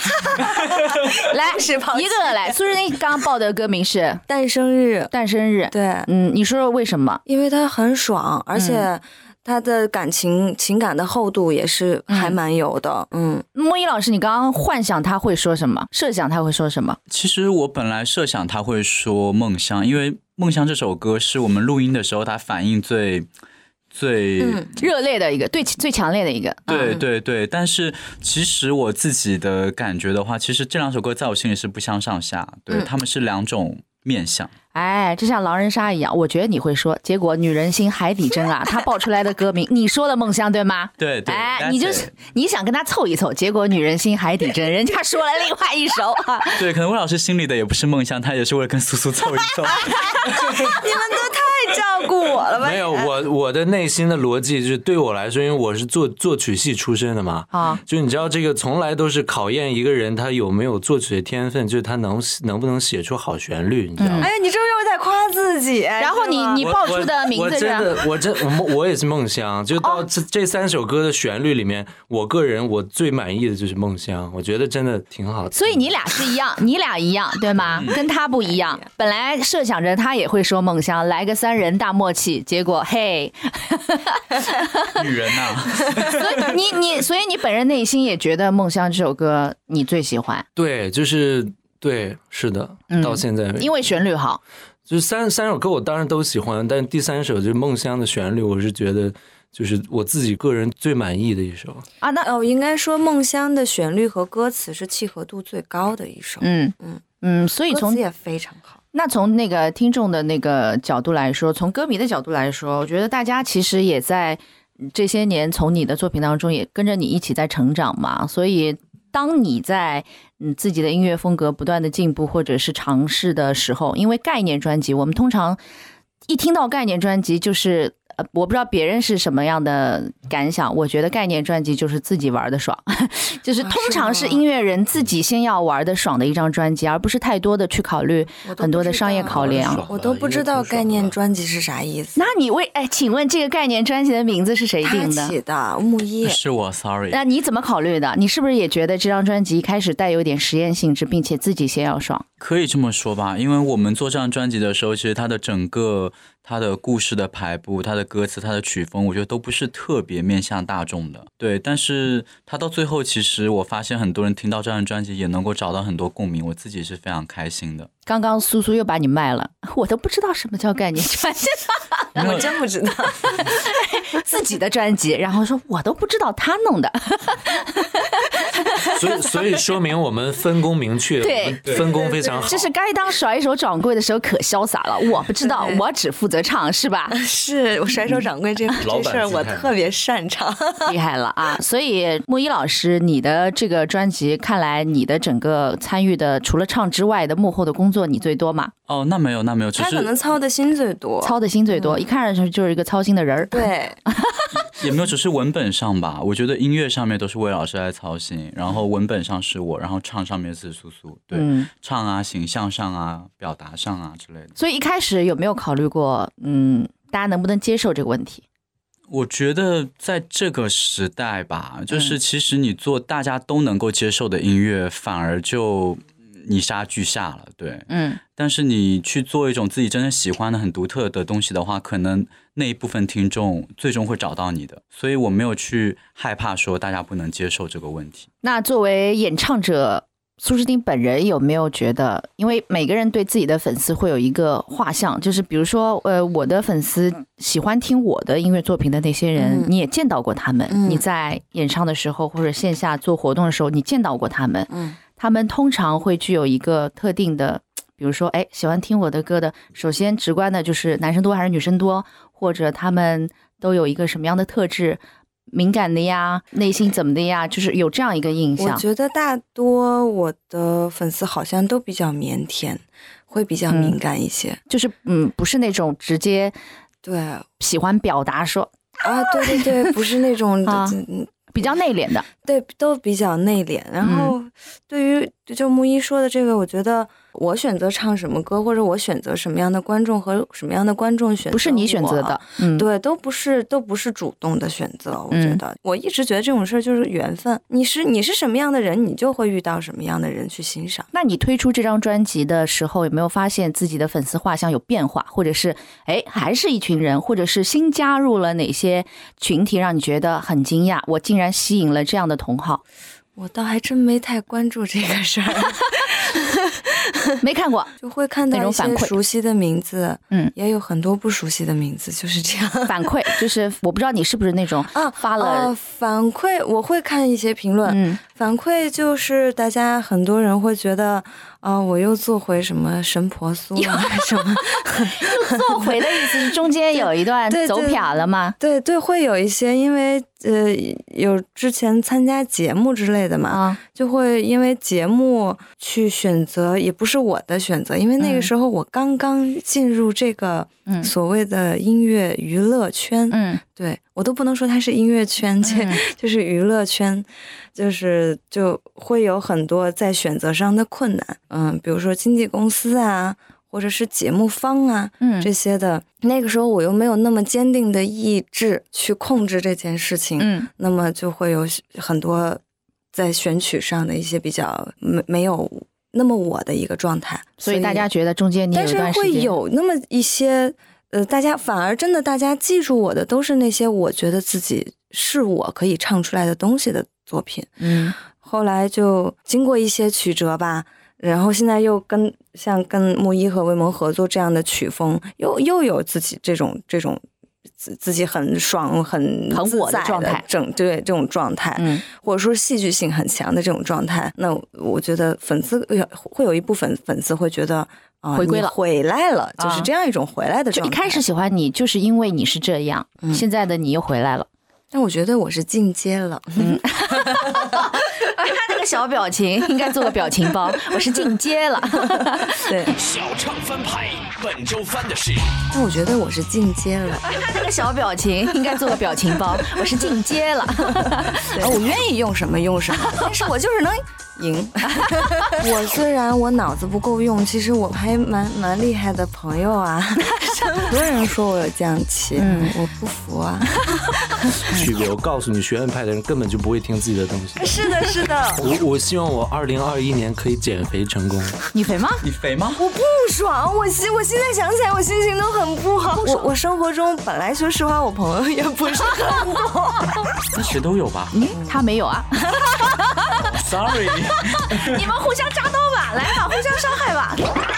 [SPEAKER 3] 来
[SPEAKER 2] 是抛弃
[SPEAKER 3] 一个来，苏诗丁刚刚报的歌名是《
[SPEAKER 2] 诞生日，
[SPEAKER 3] 诞生日》。
[SPEAKER 2] 对，
[SPEAKER 3] 嗯，你说说为什么？
[SPEAKER 2] 因为它很爽，而且它的感情情感的厚度也是还蛮有的。嗯，
[SPEAKER 3] 莫伊老师，你刚刚幻想他会说什么？设想他会说什么？
[SPEAKER 4] 其实我本来设想他会说《梦乡》，因为《梦乡》这首歌是我们录音的时候他反应最最、
[SPEAKER 2] 嗯
[SPEAKER 3] 热烈的一个，最最强烈的一个。
[SPEAKER 4] 对对对。但是其实我自己
[SPEAKER 2] 嗯
[SPEAKER 4] 的感觉的话，其实这两首歌在我心里是不相上下，对，他们是两种面相。
[SPEAKER 3] 哎，就像狼人杀一样，我觉得你会说，结果女人心海底针啊，他报出来的歌名，你说了梦香对吗？
[SPEAKER 4] 对对
[SPEAKER 3] 哎，
[SPEAKER 4] that's
[SPEAKER 3] 你就是你想跟他凑一凑，结果女人心海底针，人家说了另外一首啊，
[SPEAKER 4] 对，可能魏老师心里的也不是梦想，他也是为了跟苏苏凑一 凑。
[SPEAKER 2] 你们都太照顾我
[SPEAKER 3] 啊
[SPEAKER 2] 了吧？
[SPEAKER 5] 没
[SPEAKER 3] 呃
[SPEAKER 5] 有，我我的内心的逻辑就是，对我来说，因为我是作作曲系出身的嘛，
[SPEAKER 3] 啊，
[SPEAKER 5] 就你知道这个从来都是考验一个人他有没有作曲的天分，就是他能能不能写出好旋律，你知道吗？
[SPEAKER 2] 哎呀，你这又在夸自己。啊然
[SPEAKER 3] 然后你嗯你
[SPEAKER 5] 我
[SPEAKER 3] 报出的名
[SPEAKER 5] 我
[SPEAKER 3] 字
[SPEAKER 5] 我
[SPEAKER 3] 是哦
[SPEAKER 5] 真的，我真我我也是梦香。就到这、这三首歌的旋律里面，我个人我最满意的就是梦香，我觉得真的挺好听。
[SPEAKER 3] 所以你俩是一样，你俩一样，对
[SPEAKER 4] 嗯
[SPEAKER 3] 吗？跟他不一样。本来设想着他也会说梦香，来个三人大默契，结果嘿，
[SPEAKER 4] 女人呐、
[SPEAKER 3] 所以你你，所以你本人内心也觉得梦香这首歌你最喜欢，
[SPEAKER 5] 对，就是对，是的，
[SPEAKER 3] 嗯
[SPEAKER 5] 到现在为止，
[SPEAKER 3] 因为旋律好。
[SPEAKER 5] 就是三三首歌我当然都喜欢，但第三首就是《梦乡》的旋律，我是觉得就是我自己个人最满意的一首。
[SPEAKER 3] 啊，那
[SPEAKER 2] 哦，应该说《梦乡》的旋律和歌词是契合度最高的一首，
[SPEAKER 3] 嗯嗯
[SPEAKER 2] 嗯
[SPEAKER 3] 嗯，所以
[SPEAKER 2] 歌词
[SPEAKER 3] 从
[SPEAKER 2] 也非常好。
[SPEAKER 3] 那从那个听众的那个角度来说，从歌迷的角度来说，我觉得大家其实也在这些年从你的作品当中也跟着你一起在成长嘛，所以。当你在嗯自己的音乐风格不断的进步或者是尝试的时候，因为概念专辑，我们通常一听到概念专辑就是呃，我不知道别人是什么样的感想，我觉得概念专辑就是自己玩的爽， 就是通常是
[SPEAKER 2] 是吗
[SPEAKER 3] 音乐人自己先要玩的爽的一张专辑，而不是太多的去考虑
[SPEAKER 2] 我都不
[SPEAKER 3] 很多的
[SPEAKER 2] 知
[SPEAKER 3] 商业
[SPEAKER 2] 道
[SPEAKER 3] 考量。
[SPEAKER 5] 爽
[SPEAKER 2] 我
[SPEAKER 5] 吧
[SPEAKER 2] 都
[SPEAKER 5] 应
[SPEAKER 2] 不
[SPEAKER 5] 该
[SPEAKER 2] 知道
[SPEAKER 5] 挺爽
[SPEAKER 2] 概念
[SPEAKER 5] 的
[SPEAKER 2] 专辑是啥意思。
[SPEAKER 3] 那你为哎，请问这个概念专辑的名字是谁
[SPEAKER 2] 他
[SPEAKER 3] 定的？
[SPEAKER 2] 起的 木易，
[SPEAKER 4] 是我，sorry。
[SPEAKER 3] 那你怎么考虑的？你是不是也觉得这张专辑一开始带有点实验性质，并且自己先要爽？
[SPEAKER 4] 可以这么说吧，因为我们做这张专辑的时候，其实它的整个它的故事的排布、它的歌词、它的曲风，我觉得都不是特别面向大众的。对，但是它到最后，其实我发现很多人听到这张专辑也能够找到很多共鸣，我自己是非常开心的。
[SPEAKER 3] 刚刚苏苏又把你卖了，我都不知道什么叫概念专辑，
[SPEAKER 2] 我真不 知道。
[SPEAKER 3] 自己的专辑，然后说我都不知道他弄的，
[SPEAKER 5] 所以所以说明我们分工明确，
[SPEAKER 3] 对
[SPEAKER 5] 我们分工非常好。
[SPEAKER 3] 就是该当甩手掌柜的时候可潇洒了，我不知 道，我只负责唱，是吧？
[SPEAKER 2] 是我甩手掌柜这
[SPEAKER 5] 老
[SPEAKER 2] 这
[SPEAKER 5] 板
[SPEAKER 2] 事儿，
[SPEAKER 5] 姿
[SPEAKER 2] 我
[SPEAKER 5] 态
[SPEAKER 2] 特别擅长。
[SPEAKER 3] 厉害了啊！所以木一老师，你的这个专辑，看来你的整个参与的除了唱之外的幕后的工作，你最多嘛？
[SPEAKER 4] 哦，那没有，那没有，只
[SPEAKER 2] 他可能
[SPEAKER 4] 是
[SPEAKER 2] 操的心最多。
[SPEAKER 3] 操的心最多，一看上去就是一个操心的人儿。
[SPEAKER 2] 对，
[SPEAKER 4] 也没有，只是文本上吧。我觉得音乐上面都是魏老师来操心，然后文本上是我，然后唱上面是苏苏，对，
[SPEAKER 3] 嗯，
[SPEAKER 4] 唱啊、形象上啊、表达上啊之类的。
[SPEAKER 3] 所以一开始有没有考虑过，嗯，大家能不能接受这个问题？
[SPEAKER 4] 我觉得在这个时代吧，就是其实你做大家都能够接受的音乐，反而就你杀俱下了，对。
[SPEAKER 3] 嗯，
[SPEAKER 4] 但是你去做一种自己真正喜欢的、很独特的东西的话，可能那一部分听众最终会找到你的。所以我没有去害怕说大家不能接受这个问题。
[SPEAKER 3] 那作为演唱者。苏诗丁本人有没有觉得，因为每个人对自己的粉丝会有一个画像，就是比如说，呃，我的粉丝喜欢听我的音乐作品的那些人，
[SPEAKER 2] 嗯
[SPEAKER 3] 你也见到过他们，
[SPEAKER 2] 嗯
[SPEAKER 3] 你在演唱的时候或者线下做活动的时候，你见到过他们，
[SPEAKER 2] 嗯，
[SPEAKER 3] 他们通常会具有一个特定的，比如说，哎，喜欢听我的歌的，首先直观的就是男生多还是女生多，或者他们都有一个什么样的特质，敏感的呀，内心怎么的呀，就是有这样一个印
[SPEAKER 2] 我
[SPEAKER 3] 象。
[SPEAKER 2] 觉得大多我的粉丝好像都比较腼腆，会比较
[SPEAKER 3] 嗯
[SPEAKER 2] 敏感一些。
[SPEAKER 3] 就是嗯，不是那种直接
[SPEAKER 2] 对啊，
[SPEAKER 3] 喜欢表达说，
[SPEAKER 2] 对对对，不是那种
[SPEAKER 3] 啊
[SPEAKER 2] 嗯
[SPEAKER 3] 比较内敛的。
[SPEAKER 2] 对，都比较内敛。然
[SPEAKER 3] 嗯
[SPEAKER 2] 后对于就木一说的这个，我觉得我选择唱什么歌，或者我选择什么样的观众和什么样的观众选，
[SPEAKER 3] 不是你选择的。，嗯，，
[SPEAKER 2] 对，都不是都不是主动的选择，我觉
[SPEAKER 3] 嗯
[SPEAKER 2] 得、我一直觉得这种事儿就是缘分，你是你是什么样的人，你就会遇到什么样的人去欣赏。
[SPEAKER 3] 那你推出这张专辑的时候，有没有发现自己的粉丝画像有变化，或者是哎，还是一群人，或者是新加入了哪些群体，让你觉得很惊讶？我竟然吸引了这样的同好，
[SPEAKER 2] 我倒还真没太关注这个事儿，
[SPEAKER 3] 没看过，
[SPEAKER 2] 就会看
[SPEAKER 3] 那
[SPEAKER 2] 到
[SPEAKER 3] 种
[SPEAKER 2] 一
[SPEAKER 3] 反
[SPEAKER 2] 些
[SPEAKER 3] 馈
[SPEAKER 2] 熟悉的名字，
[SPEAKER 3] 嗯，
[SPEAKER 2] 也有很多不熟悉的名字，就是这样。
[SPEAKER 3] 反馈就是我不知道你是不是那种
[SPEAKER 2] 啊，
[SPEAKER 3] 发了，
[SPEAKER 2] 啊反馈，我会看一些评论，
[SPEAKER 3] 嗯
[SPEAKER 2] 反馈就是大家很多人会觉得啊、我又做回什么神婆苏啊什么，
[SPEAKER 3] 嗯做回的意思是中间有一 段
[SPEAKER 2] 对对
[SPEAKER 3] 走
[SPEAKER 2] 对
[SPEAKER 3] 撇了吗？
[SPEAKER 2] 对对，会有一些，因为呃有之前参加节目之类的嘛，
[SPEAKER 3] 啊，
[SPEAKER 2] 就会因为节目去选择，也不是我的选择，因为那个
[SPEAKER 3] 嗯
[SPEAKER 2] 时候我刚刚进入这个
[SPEAKER 3] 嗯
[SPEAKER 2] 所谓的音乐娱乐圈，
[SPEAKER 3] 嗯
[SPEAKER 2] 对我都不能说它是音乐圈，这、
[SPEAKER 3] 嗯
[SPEAKER 2] 就是娱乐圈，就是就会有很多在选择上的困难，嗯，比如说经纪公司啊，或者是节目方啊，
[SPEAKER 3] 嗯
[SPEAKER 2] 这些的。那个时候我又没有那么坚定的意志去控制这件事情，
[SPEAKER 3] 嗯
[SPEAKER 2] 那么就会有很多在选取上的一些比较没没有那么我的一个状态，
[SPEAKER 3] 所以大家觉得中间你有
[SPEAKER 2] 但
[SPEAKER 3] 一
[SPEAKER 2] 是
[SPEAKER 3] 段时
[SPEAKER 2] 会
[SPEAKER 3] 间
[SPEAKER 2] 有那么一些，呃，大家反而真的大家记住我的都是那些我觉得自己是我可以唱出来的东西的作品。
[SPEAKER 3] 嗯
[SPEAKER 2] 后来就经过一些曲折吧，然后现在又跟像跟木一和魏萌合作这样的曲风，又又有自己这种这种。自自己很爽、很
[SPEAKER 3] 很
[SPEAKER 2] 自
[SPEAKER 3] 我的
[SPEAKER 2] 在
[SPEAKER 3] 状态
[SPEAKER 2] 整对这种状态，
[SPEAKER 3] 嗯
[SPEAKER 2] 或者说戏剧性很强的这种状态，那我觉得粉丝有会有一部分粉丝会觉得啊、
[SPEAKER 3] 回归
[SPEAKER 2] 你
[SPEAKER 3] 了
[SPEAKER 2] 回来了，
[SPEAKER 3] 啊
[SPEAKER 2] 就是这样一种回来的
[SPEAKER 3] 就
[SPEAKER 2] 状
[SPEAKER 3] 一
[SPEAKER 2] 态。嗯
[SPEAKER 3] 开始，喜欢你，就是因为你是这样，现在的你又回来了。
[SPEAKER 2] 但我觉得我是进阶了，
[SPEAKER 3] 而哎他那个小表情应该做个表情包，我是进阶了。
[SPEAKER 2] 对，
[SPEAKER 1] 小唱翻牌，本周翻的是
[SPEAKER 2] 但我觉得我是进阶了，
[SPEAKER 3] 哎他那个小表情应该做个表情包，我是进阶了。
[SPEAKER 2] 对哦我愿意用什么用什么，但是我就是能赢。 我虽然我脑子不够用，其实我还蛮蛮厉害的朋友 啊，很多人说我有降气，嗯，我不服啊。
[SPEAKER 5] 曲流告诉你，学院派的人根本就不会听自己的东 西。
[SPEAKER 2] 是的，是的，
[SPEAKER 5] 我我希望我二零二一年可以减肥成功。
[SPEAKER 3] 你肥吗？
[SPEAKER 4] 你肥吗？
[SPEAKER 2] 我不爽，我心我现在想起来，我心情都很不好。我我生活中本来说实话，我朋友也不是很多。
[SPEAKER 4] 那谁都有吧
[SPEAKER 3] 嗯，他没有啊。
[SPEAKER 4] ？Sorry，
[SPEAKER 3] 你们互相扎刀吧，来吧，互相伤害吧。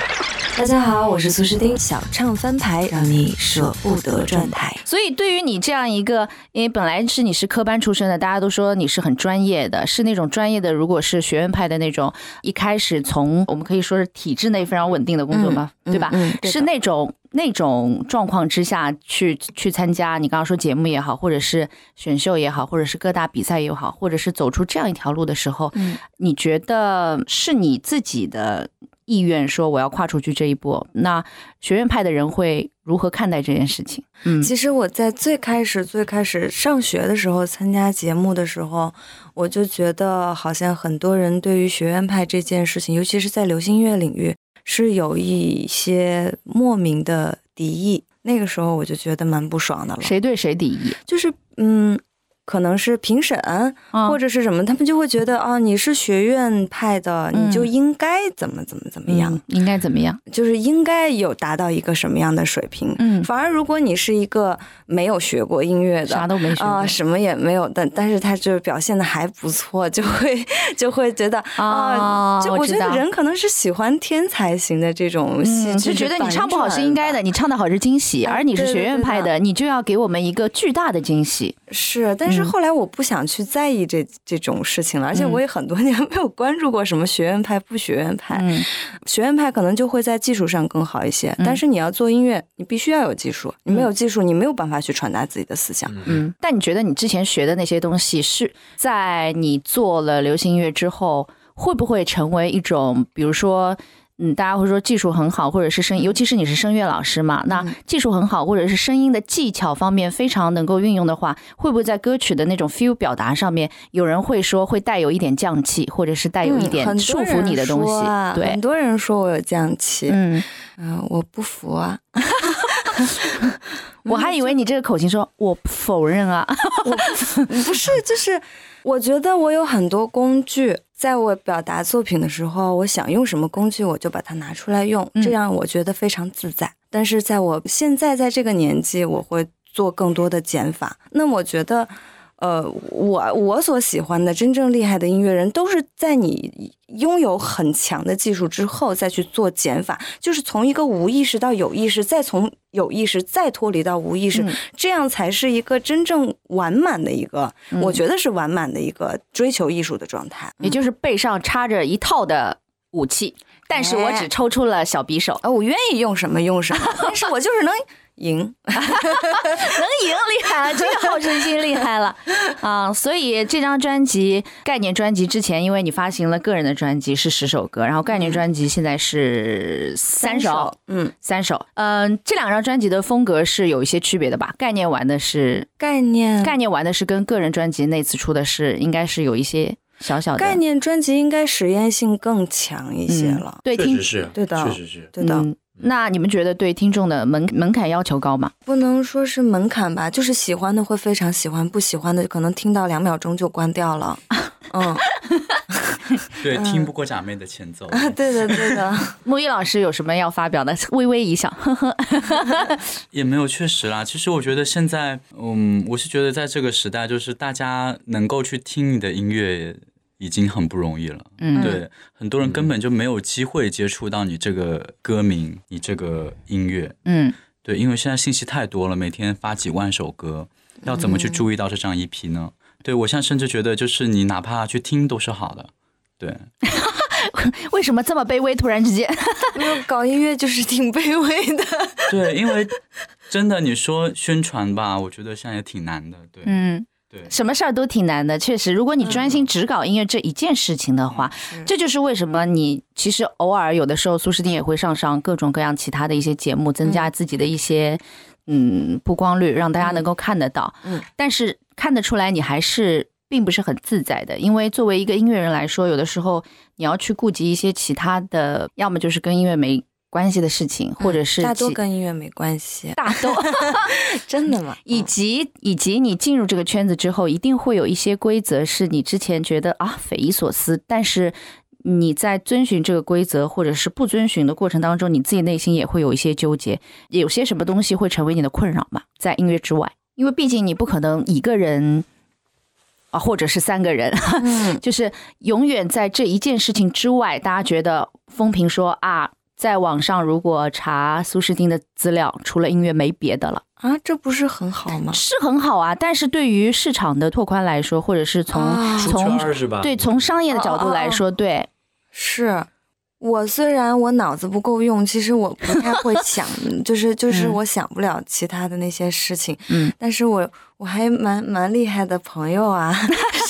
[SPEAKER 2] 大家好，我是苏诗丁，小唱翻牌，让你舍不得转台。
[SPEAKER 3] 所以对于你这样一个，因为本来是你是科班出身的，大家都说你是很专业的，是那种专业的。如果是学院派的那种，一开始从我们可以说是体制内非常稳定的工作嘛，
[SPEAKER 2] 嗯
[SPEAKER 3] 对吧？
[SPEAKER 2] 嗯嗯对的
[SPEAKER 3] 是那种那种状况之下去去参加你刚刚说节目也好，或者是选秀也好，或者是各大比赛也好，或者是走出这样一条路的时候，
[SPEAKER 2] 嗯
[SPEAKER 3] 你觉得是你自己的意愿说我要跨出去这一步？那学院派的人会如何看待这件事情？嗯
[SPEAKER 2] 其实我在最开始最开始上学的时候参加节目的时候，我就觉得好像很多人对于学院派这件事情，尤其是在流行音乐领域，是有一些莫名的敌意。那个时候我就觉得蛮不爽的了。
[SPEAKER 3] 谁对谁敌意，
[SPEAKER 2] 就是嗯，可能是评审、
[SPEAKER 3] 啊
[SPEAKER 2] 或者是什么，他们就会觉得啊，你是学院派的，
[SPEAKER 3] 嗯
[SPEAKER 2] 你就应该怎么怎么怎么样，
[SPEAKER 3] 嗯应该怎么样？
[SPEAKER 2] 就是应该有达到一个什么样的水平。
[SPEAKER 3] 嗯，
[SPEAKER 2] 反而如果你是一个没有学过音乐的
[SPEAKER 3] 啥。都没学
[SPEAKER 2] 啊、
[SPEAKER 3] 过
[SPEAKER 2] 什么也没有，但但是他就是表现的还不错， 就会就会觉得啊、
[SPEAKER 3] 啊
[SPEAKER 2] 就
[SPEAKER 3] 我
[SPEAKER 2] 我
[SPEAKER 3] 知
[SPEAKER 2] 觉得
[SPEAKER 3] 道
[SPEAKER 2] 人可能是喜欢天才型的这种戏
[SPEAKER 3] 嗯，
[SPEAKER 2] 剧
[SPEAKER 3] 就
[SPEAKER 2] 的反转吧、
[SPEAKER 3] 觉得你唱不好是应该的，你唱的好是惊喜，
[SPEAKER 2] 哎
[SPEAKER 3] 而你是
[SPEAKER 2] 对
[SPEAKER 3] 学
[SPEAKER 2] 对
[SPEAKER 3] 院
[SPEAKER 2] 对
[SPEAKER 3] 派
[SPEAKER 2] 的
[SPEAKER 3] 的，你就要给我们一个巨大的惊喜。
[SPEAKER 2] 是，但是
[SPEAKER 3] 嗯
[SPEAKER 2] 后来我不想去在意这、这种事情了，而且
[SPEAKER 3] 嗯
[SPEAKER 2] 我也很多年没有关注过什么学院派不学院派，
[SPEAKER 3] 嗯，
[SPEAKER 2] 学院派可能就会在技术上更好一些，
[SPEAKER 3] 嗯
[SPEAKER 2] 但是你要做音乐，你必须要有技术，你没
[SPEAKER 3] 嗯
[SPEAKER 2] 有技术，你没有办法去传达自己的思想。
[SPEAKER 3] 嗯，但你觉得你之前学的那些东西，是在你做了流行音乐之后，会不会成为一种，比如说，嗯，大家会说技术很好，或者是声，尤其是你是声乐老师嘛，
[SPEAKER 2] 嗯
[SPEAKER 3] 那技术很好，或者是声音的技巧方面非常能够运用的话，会不会在歌曲的那种 feel 表达上面，有人会说会带有一点降气，或者是带哎有一
[SPEAKER 2] 嗯
[SPEAKER 3] 点
[SPEAKER 2] 很
[SPEAKER 3] 束
[SPEAKER 2] 多
[SPEAKER 3] 缚
[SPEAKER 2] 人
[SPEAKER 3] 你的东西？
[SPEAKER 2] 说啊很
[SPEAKER 3] 对，
[SPEAKER 2] 多人说我有降气，嗯、
[SPEAKER 3] 嗯，
[SPEAKER 2] 我不服 啊，
[SPEAKER 3] 我还以为你这个口型说我不否认啊，
[SPEAKER 2] 不是，就是我觉得我有很多工具，在我表达作品的时候，我想用什么工具，我就把它拿出来用，
[SPEAKER 3] 嗯
[SPEAKER 2] 这样我觉得非常自在。但是在我现在在这个年纪，我会做更多的减法。那我觉得。呃，我我所喜欢的真正厉害的音乐人，都是在你拥有很强的技术之后再去做减法，就是从一个无意识到有意识，再从有意识再脱离到无意识，
[SPEAKER 3] 嗯
[SPEAKER 2] 这样才是一个真正完满的一个，
[SPEAKER 3] 嗯
[SPEAKER 2] 我觉得是完满的一个追求艺术的状态。
[SPEAKER 3] 也就是背上插着一套的武器，但是我只抽出了小匕首，
[SPEAKER 2] 啊，我愿意用什么用什么，但是我就是能赢。
[SPEAKER 3] 能赢厉害了，这个好胜心厉害了啊！所以这张专辑概念专辑之前，因为你发行了个人的专辑是十首歌，然后概念专辑现在是 三首，
[SPEAKER 2] 嗯，
[SPEAKER 3] 三首。嗯，这两张专辑的风格是有一些区别的吧？概念玩的是
[SPEAKER 2] 概念
[SPEAKER 3] 概念玩的是跟个人专辑那次出的是应该是有一些小小的
[SPEAKER 2] 概念专辑应该实验性更强一些
[SPEAKER 3] 嗯
[SPEAKER 2] 了。
[SPEAKER 3] 对
[SPEAKER 5] 确
[SPEAKER 3] 听
[SPEAKER 5] 实是，
[SPEAKER 2] 对的
[SPEAKER 5] 确实是。
[SPEAKER 2] 对的，
[SPEAKER 3] 嗯那你们觉得对听众的门门槛要求高吗？
[SPEAKER 2] 不能说是门槛吧，就是喜欢的会非常喜欢，不喜欢的可能听到两秒钟就关掉 了。嗯，
[SPEAKER 4] 对，听不过假妹的前奏。
[SPEAKER 2] 对的，对 的，
[SPEAKER 3] 木一老师有什么要发表的？微微一笑， 呵呵。
[SPEAKER 4] 也没有，确实啦。其实我觉得现在，嗯，我是觉得在这个时代，就是大家能够去听你的音乐已经很不容易了。
[SPEAKER 3] 嗯
[SPEAKER 4] 对，很多人根本就没有机会接触到你这个歌名，你这个音乐。
[SPEAKER 3] 嗯，
[SPEAKER 4] 对，因为现在信息太多了，每天发几万首歌，要怎么
[SPEAKER 3] 嗯
[SPEAKER 4] 去注意到这张 EP 呢？对我现在甚至觉得，就是你哪怕去听都是好的。对，
[SPEAKER 3] 为什么这么卑微？突然之间，
[SPEAKER 2] 没有搞音乐就是挺卑微的。
[SPEAKER 4] 对，因 为真的你说宣传吧，我觉得现在也挺难的。对，
[SPEAKER 3] 嗯，
[SPEAKER 4] 对。
[SPEAKER 3] 什么事儿都挺难的，确实。如果你专
[SPEAKER 2] 嗯
[SPEAKER 3] 心只搞音乐这一件事情的话，这就是为什么你其实偶尔有的时候苏诗丁也会上上各种各样其他的一些节目，增加自己的一些嗯曝光率，让大家能够看得到。
[SPEAKER 2] 嗯，
[SPEAKER 3] 但是看得出来你还是。并不是很自在的，因为作为一个音乐人来说，有的时候你要去顾及一些其他的，要么就是跟音乐没关系的事情，或者是
[SPEAKER 2] 嗯大多
[SPEAKER 3] 其
[SPEAKER 2] 跟音乐没关系，
[SPEAKER 3] 大 都
[SPEAKER 2] 真的吗？
[SPEAKER 3] 以及以及你进入这个圈子之后，一定会有一些规则是你之前觉得啊匪夷所思，但是你在遵循这个规则或者是不遵循的过程当中，你自己内心也会有一些纠结，有些什么东西会成为你的困扰嘛，在音乐之外，因为毕竟你不可能一个人。啊，或者是三个人，
[SPEAKER 2] 嗯，
[SPEAKER 3] 就是永远在这一件事情之外，大家觉得风评说啊，在网上如果查苏诗丁的资料，除了音乐没别的了。
[SPEAKER 2] 啊，这不是很好吗？
[SPEAKER 3] 是很好啊，但是对于市场的拓宽来说，或者是从、
[SPEAKER 2] 啊
[SPEAKER 5] 出
[SPEAKER 3] 从
[SPEAKER 5] 圈儿是吧？
[SPEAKER 3] 对从商业的角度来说，对
[SPEAKER 2] 是我虽然我脑子不够用，其实我不太会 想，就是就是
[SPEAKER 3] 嗯
[SPEAKER 2] 我想不了其他的那些事情。
[SPEAKER 3] 嗯，
[SPEAKER 2] 但是我我还蛮蛮厉害的朋友啊，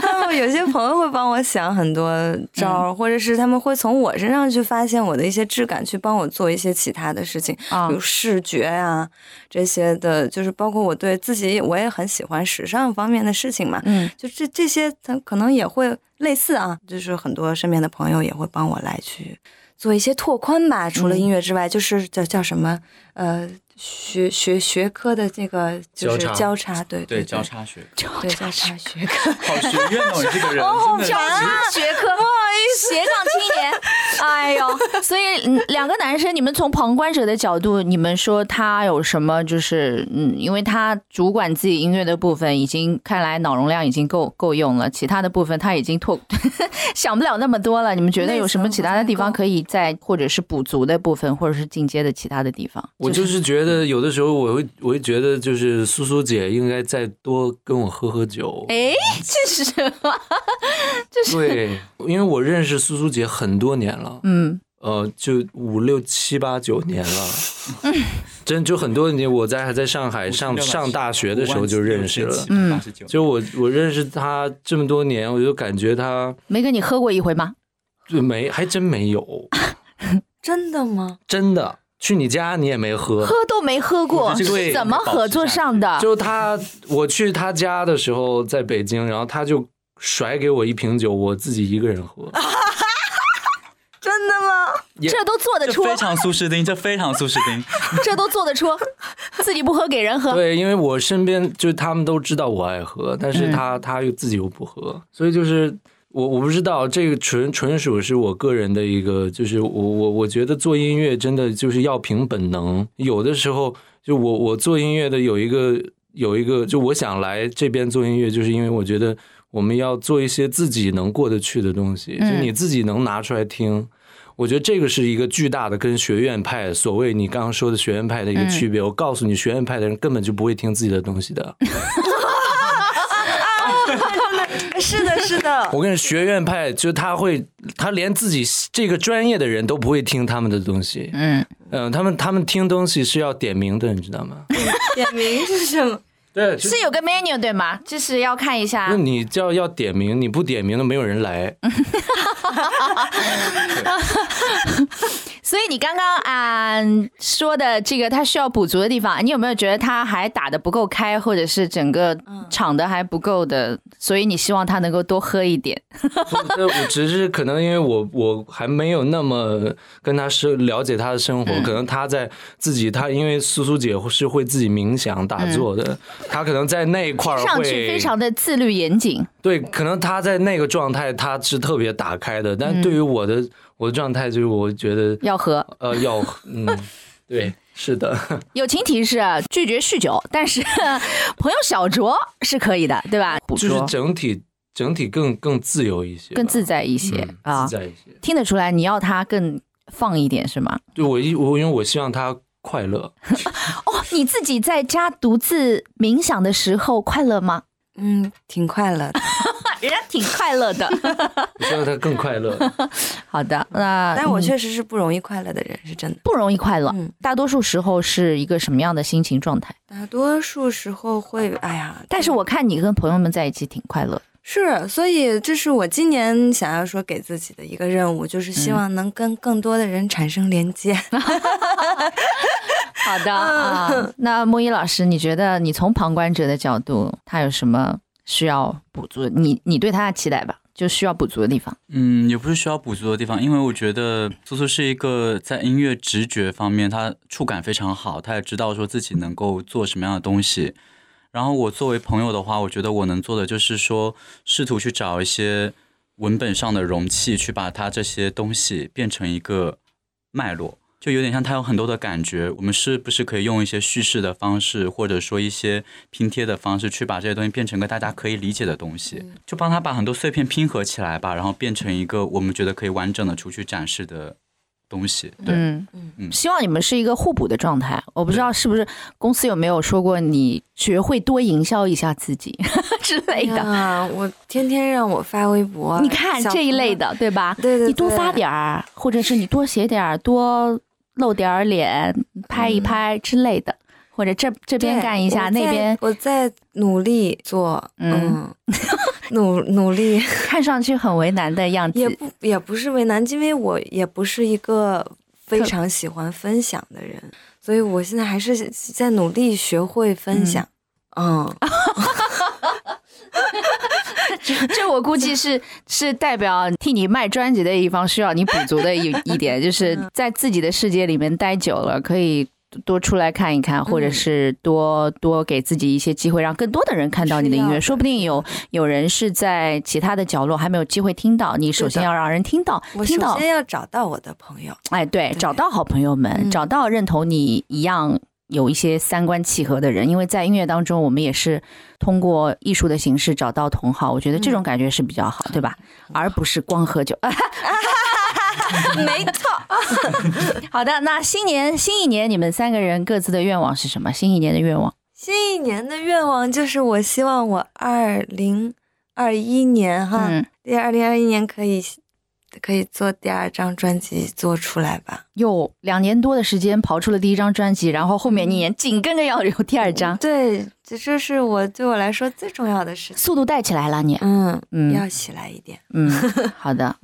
[SPEAKER 2] 他们有些朋友会帮我想很多招
[SPEAKER 3] 嗯
[SPEAKER 2] 儿，或者是他们会从我身上去发现我的一些质感，去帮我做一些其他的事情。
[SPEAKER 3] 啊
[SPEAKER 2] 有，视觉啊这些的，就是包括我对自己，我也很喜欢时尚方面的事情嘛。
[SPEAKER 3] 嗯
[SPEAKER 2] 就这这些，他可能也会类似啊，就是很多身边的朋友也会帮我来去做一些拓宽吧。除了音乐之外，就是叫叫什么呃学学学科的这个就是
[SPEAKER 5] 交
[SPEAKER 2] 交
[SPEAKER 5] 叉
[SPEAKER 2] 叉，对
[SPEAKER 4] 对，交
[SPEAKER 2] 交叉
[SPEAKER 4] 叉学，
[SPEAKER 2] 对交叉学科。
[SPEAKER 4] 好学院哦，啊你这个人真 的是
[SPEAKER 3] 学科，啊不好意思，斜杠青 年，哎呦，所以嗯两个男生，你们从旁观者的角度，你们说他有什么？就是嗯，因为他主管自己音乐的部分，已经看来脑容量已经够够用了，其他的部分他已经拓 想不了那么多了。你们觉得有什么其他的地方可以在，或者是补足的部分，或者是进阶的其他的地方？
[SPEAKER 5] 我就是觉得有的时候我会，我会觉得就是苏苏姐应该再多跟我喝喝酒。
[SPEAKER 3] 哎，这是什么？
[SPEAKER 5] 对，因为我认识苏苏姐很多年了，
[SPEAKER 3] 嗯
[SPEAKER 5] 呃，就五六七八九年了，真就很多年。我在还在上海上上大学的时候就认识了，
[SPEAKER 4] 嗯，
[SPEAKER 5] 就我我认识她这么多年，我就感觉她
[SPEAKER 3] 没跟你喝过一回吗？
[SPEAKER 5] 就没还真没有，
[SPEAKER 2] 真的吗？
[SPEAKER 5] 真的去你家你也没喝，
[SPEAKER 3] 喝都没喝过，
[SPEAKER 5] 我觉得这个
[SPEAKER 3] 是怎么合作上的？
[SPEAKER 5] 就他，我去他家的时候在北京，然后他就甩给我一瓶酒，我自己一个人喝。
[SPEAKER 2] 真的吗？
[SPEAKER 5] 也
[SPEAKER 3] 这都做得
[SPEAKER 4] 这
[SPEAKER 3] 出，
[SPEAKER 4] 非常苏诗丁，这非常苏诗丁，
[SPEAKER 3] 这都做得出，自己不喝给人 喝。
[SPEAKER 5] 对，因为我身边就他们都知道我爱喝，但是他、他又自己又不喝，所以就是我我不知道这个纯纯属是我个人的一个，就是我我我觉得做音乐真的就是要凭本能，有的时候就我我做音乐的有一个有一个，就我想来这边做音乐，就是因为我觉得我们要做一些自己能过得去的东西，
[SPEAKER 3] 嗯
[SPEAKER 5] 就你自己能拿出来听。我觉得这个是一个巨大的跟学院派所谓你刚刚说的学院派的一个区别。我告诉你，学院派的人根本就不会听自己的东西的。
[SPEAKER 2] 是的，是的，
[SPEAKER 5] 我跟你说，学院派就是他会，他连自己这个专业的人都不会听他们的东西。
[SPEAKER 3] 嗯，
[SPEAKER 5] 嗯，他们他们听东西是要点名的，你知道吗？
[SPEAKER 2] 点名是什么？
[SPEAKER 5] 对，
[SPEAKER 3] 是啊有个 menu 对吗？就是要看一下
[SPEAKER 5] 那。你叫要点名，你不点名都没有人来。
[SPEAKER 3] 所以你刚刚啊、说的这个，他需要补足的地方，你有没有觉得他还打得不够开，或者是整个场的还不够的？所以你希望他能够多喝一点。
[SPEAKER 5] 不是呃我只是可能因为我我还没有那么跟他是了解他的生活，
[SPEAKER 3] 嗯
[SPEAKER 5] 可能他在自己他因为苏苏姐是会自己冥想打坐的，他可能在那一块
[SPEAKER 3] 嗯
[SPEAKER 5] 儿
[SPEAKER 3] 听上
[SPEAKER 5] 会
[SPEAKER 3] 去非常的自律严谨。
[SPEAKER 5] 对，可能他在那个状态他是特别打开的，但对于我的、我的状态就是我觉得
[SPEAKER 3] 嗯要喝。
[SPEAKER 5] 呃要嗯 对是的
[SPEAKER 3] 友情提示：啊拒绝酗酒，但是 朋友小酌是可以的，对吧？捕
[SPEAKER 5] 就是
[SPEAKER 3] 捉
[SPEAKER 5] 整体整体更更自由一些吧，
[SPEAKER 3] 更自在一些、
[SPEAKER 5] 嗯
[SPEAKER 3] 啊
[SPEAKER 5] 自，在一些。
[SPEAKER 3] 听得出来你要他更放一点是吗？
[SPEAKER 5] 对我一我因为我希望他快乐，
[SPEAKER 3] 哦，你自己在家独自冥想的时候快乐吗？
[SPEAKER 2] 嗯，挺快乐的。
[SPEAKER 3] 人家挺快乐的。
[SPEAKER 5] 我希望他更快乐。
[SPEAKER 3] 好的，那
[SPEAKER 2] 但我
[SPEAKER 3] 嗯
[SPEAKER 2] 确实是不容易快乐的人，是真的。
[SPEAKER 3] 不容易快乐、
[SPEAKER 2] 嗯
[SPEAKER 3] 大多数时候是一个什么样的心情状态？
[SPEAKER 2] 大多数时候会，哎呀，
[SPEAKER 3] 但是我看你跟朋友们在一起挺快乐，
[SPEAKER 2] 是，所以这是我今年想要说给自己的一个任务，就是
[SPEAKER 3] 嗯
[SPEAKER 2] 希望能跟更多的人产生连接。
[SPEAKER 3] 好的啊，那木一老师，你觉得你从旁观者的角度，他有什么需要补足？你你对他的期待吧，就需要补足的地方。
[SPEAKER 4] 嗯，也不是需要补足的地方，因为我觉得苏苏是一个在音乐直觉方面，他触感非常好，他也知道说自己能够做什么样的东西。然后我作为朋友的话，我觉得我能做的就是说，试图去找一些文本上的容器，去把它这些东西变成一个脉络，就有点像它有很多的感觉。我们是不是可以用一些叙事的方式，或者说一些拼贴的方式，去把这些东西变成一个大家可以理解的东西，就帮他把很多碎片拼合起来吧，然后变成一个我们觉得可以完整的出去展示的东西。对，
[SPEAKER 3] 嗯
[SPEAKER 4] 嗯
[SPEAKER 3] 希望你们是一个互补的状态。我不知道是不是公司有没有说过你学会多营销一下自己 之类哎的。
[SPEAKER 2] 啊，我天天让我发微博，
[SPEAKER 3] 你看
[SPEAKER 2] 小
[SPEAKER 3] 这一
[SPEAKER 2] 朋友
[SPEAKER 3] 类，的，对吧？
[SPEAKER 2] 嗯对对
[SPEAKER 3] 你多
[SPEAKER 2] 对
[SPEAKER 3] 发点儿，或者是你多写点儿，多露点儿脸，拍一拍之类的，或者这这边
[SPEAKER 2] 对
[SPEAKER 3] 干一下，
[SPEAKER 2] 我
[SPEAKER 3] 那
[SPEAKER 2] 在
[SPEAKER 3] 边
[SPEAKER 2] 我在努力做，
[SPEAKER 3] 嗯
[SPEAKER 2] 嗯， 努努力
[SPEAKER 3] 看上去很为难的样子。
[SPEAKER 2] 也不也不是为难，因为我也不是一个非常喜欢分享的人，所以我现在还是在努力学会分享。嗯，
[SPEAKER 3] 啊 这我估计 是是代表替你卖专辑的一方需要你补足的 一一点，就是
[SPEAKER 2] 嗯
[SPEAKER 3] 在自己的世界里面待久了，可以多出来看一看，
[SPEAKER 2] 嗯
[SPEAKER 3] 或者是多多给自己一些机会，让更多的人看到你的音
[SPEAKER 2] 是
[SPEAKER 3] 乐。
[SPEAKER 2] 要
[SPEAKER 3] 说不定有有人是在其他的角落还没有机会听到，你首先
[SPEAKER 2] 对的
[SPEAKER 3] 要让人听到，
[SPEAKER 2] 我
[SPEAKER 3] 听
[SPEAKER 2] 首
[SPEAKER 3] 到，
[SPEAKER 2] 先要找到我的朋友，
[SPEAKER 3] 哎，对，找到好朋友们，
[SPEAKER 2] 嗯
[SPEAKER 3] 找到认同你一样。有一些三观契合的人，因为在音乐当中，我们也是通过艺术的形式找到同好，我觉得这种感觉是比较好，对吧？而不是光喝酒。
[SPEAKER 2] 没错，
[SPEAKER 3] 好的，那新年新一年，你们三个人各自的愿望是什么？新一年的愿望？
[SPEAKER 2] 新一年的愿望就是，我希望我二零二一年哈，
[SPEAKER 3] 嗯，
[SPEAKER 2] 第二零二一年可以可以做第二张专辑做出来吧。
[SPEAKER 3] 有两年多的时间刨出了第一张专辑，然后后面一年紧跟着要有第二张，
[SPEAKER 2] 对，这这是我对我来说最重要的事情。
[SPEAKER 3] 速度带起来了你。
[SPEAKER 2] 嗯，
[SPEAKER 3] 嗯
[SPEAKER 2] 要起来一 点。
[SPEAKER 3] 嗯，好的。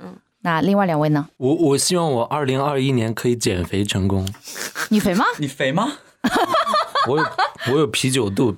[SPEAKER 3] 那另外两位呢？
[SPEAKER 5] 我我希望我二零二一年可以减肥 成功。
[SPEAKER 3] 你肥吗？
[SPEAKER 4] 你肥吗？
[SPEAKER 5] 我有我有啤酒肚，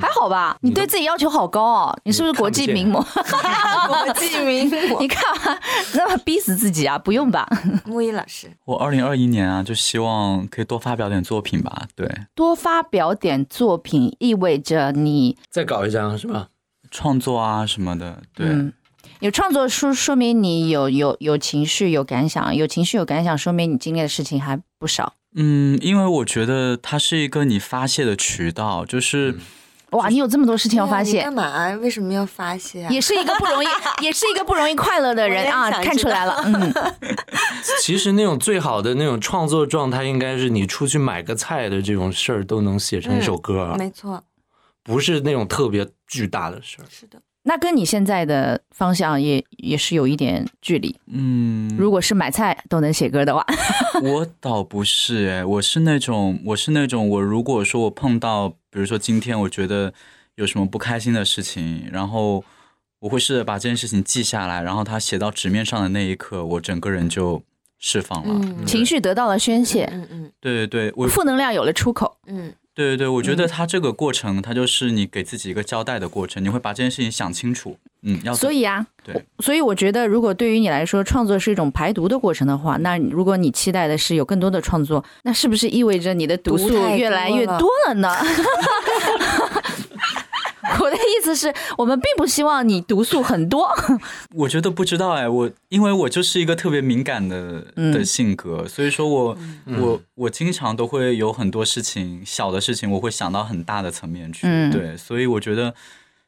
[SPEAKER 3] 还好吧？你对自己要求好高哦，你是不是
[SPEAKER 5] 你看
[SPEAKER 3] 国
[SPEAKER 5] 不
[SPEAKER 3] 际
[SPEAKER 5] 见
[SPEAKER 3] 名模？
[SPEAKER 2] 国际名模
[SPEAKER 3] 你看吧，那么逼死自己啊？不用吧？
[SPEAKER 2] 木易老 师，
[SPEAKER 4] 我二零二一年啊，就希望可以多发表点作品吧。对，
[SPEAKER 3] 多发表点作品，意味着你
[SPEAKER 5] 再搞一张是吧？
[SPEAKER 4] 创作啊什么的。对，
[SPEAKER 3] 嗯，有创作书，说明你有有有情绪、有感想，有情绪、有感想，说明你经历的事情还不少。
[SPEAKER 4] 嗯，因为我觉得它是一个你发泄的渠道，就是
[SPEAKER 3] 哇，你有这么多事情要
[SPEAKER 2] 对啊
[SPEAKER 3] 发
[SPEAKER 2] 你
[SPEAKER 3] 泄
[SPEAKER 2] 干，嘛啊？为什么要发泄啊？
[SPEAKER 3] 也是一个不容易，也是一个不容易快乐的人啊，
[SPEAKER 2] 我也想知道
[SPEAKER 3] 看出来了，嗯，
[SPEAKER 5] 其实那种最好的那种创作
[SPEAKER 3] 嗯
[SPEAKER 5] 状态，应该是你出去买个菜的这种事儿都能写成一首歌啊，
[SPEAKER 2] 没错，
[SPEAKER 5] 不是那种特别巨大的事儿。
[SPEAKER 2] 是的，
[SPEAKER 3] 那跟你现在的方向也也是有一点距离。
[SPEAKER 4] 嗯，
[SPEAKER 3] 如果是买菜都能写歌的话，
[SPEAKER 4] 我倒不是哎，我是那种，我是那种，我如果说我碰到，比如说今天我觉得有什么不开心的事情，然后我会试着把这件事情记下来，然后它写到纸面上的那一刻，我整个人就释放了。
[SPEAKER 2] 嗯
[SPEAKER 3] 情绪得到了宣泄，
[SPEAKER 2] 嗯嗯
[SPEAKER 4] 对对对，我
[SPEAKER 3] 负能量有了出口。
[SPEAKER 2] 嗯，
[SPEAKER 4] 对对对，我觉得它这个过程，它就是你给自己一个交代的过程，你会把这件事情想清楚。嗯，要
[SPEAKER 3] 所以啊，
[SPEAKER 4] 对
[SPEAKER 3] 我所以我觉得，如果对于你来说，创作是一种排毒的过程的话，那如果你期待的是有更多的创作，那是不是意味着你的毒素
[SPEAKER 2] 毒太多
[SPEAKER 3] 越来越多了呢？ 我的意思是我们并不希望你毒素很多，
[SPEAKER 4] 我觉得不知道哎，我因为我就是一个特别敏感的
[SPEAKER 3] 嗯
[SPEAKER 4] 的性格，所以说我、我我经常都会有很多事情，小的事情我会想到很大的层面去，
[SPEAKER 3] 嗯
[SPEAKER 4] 对，所以我觉得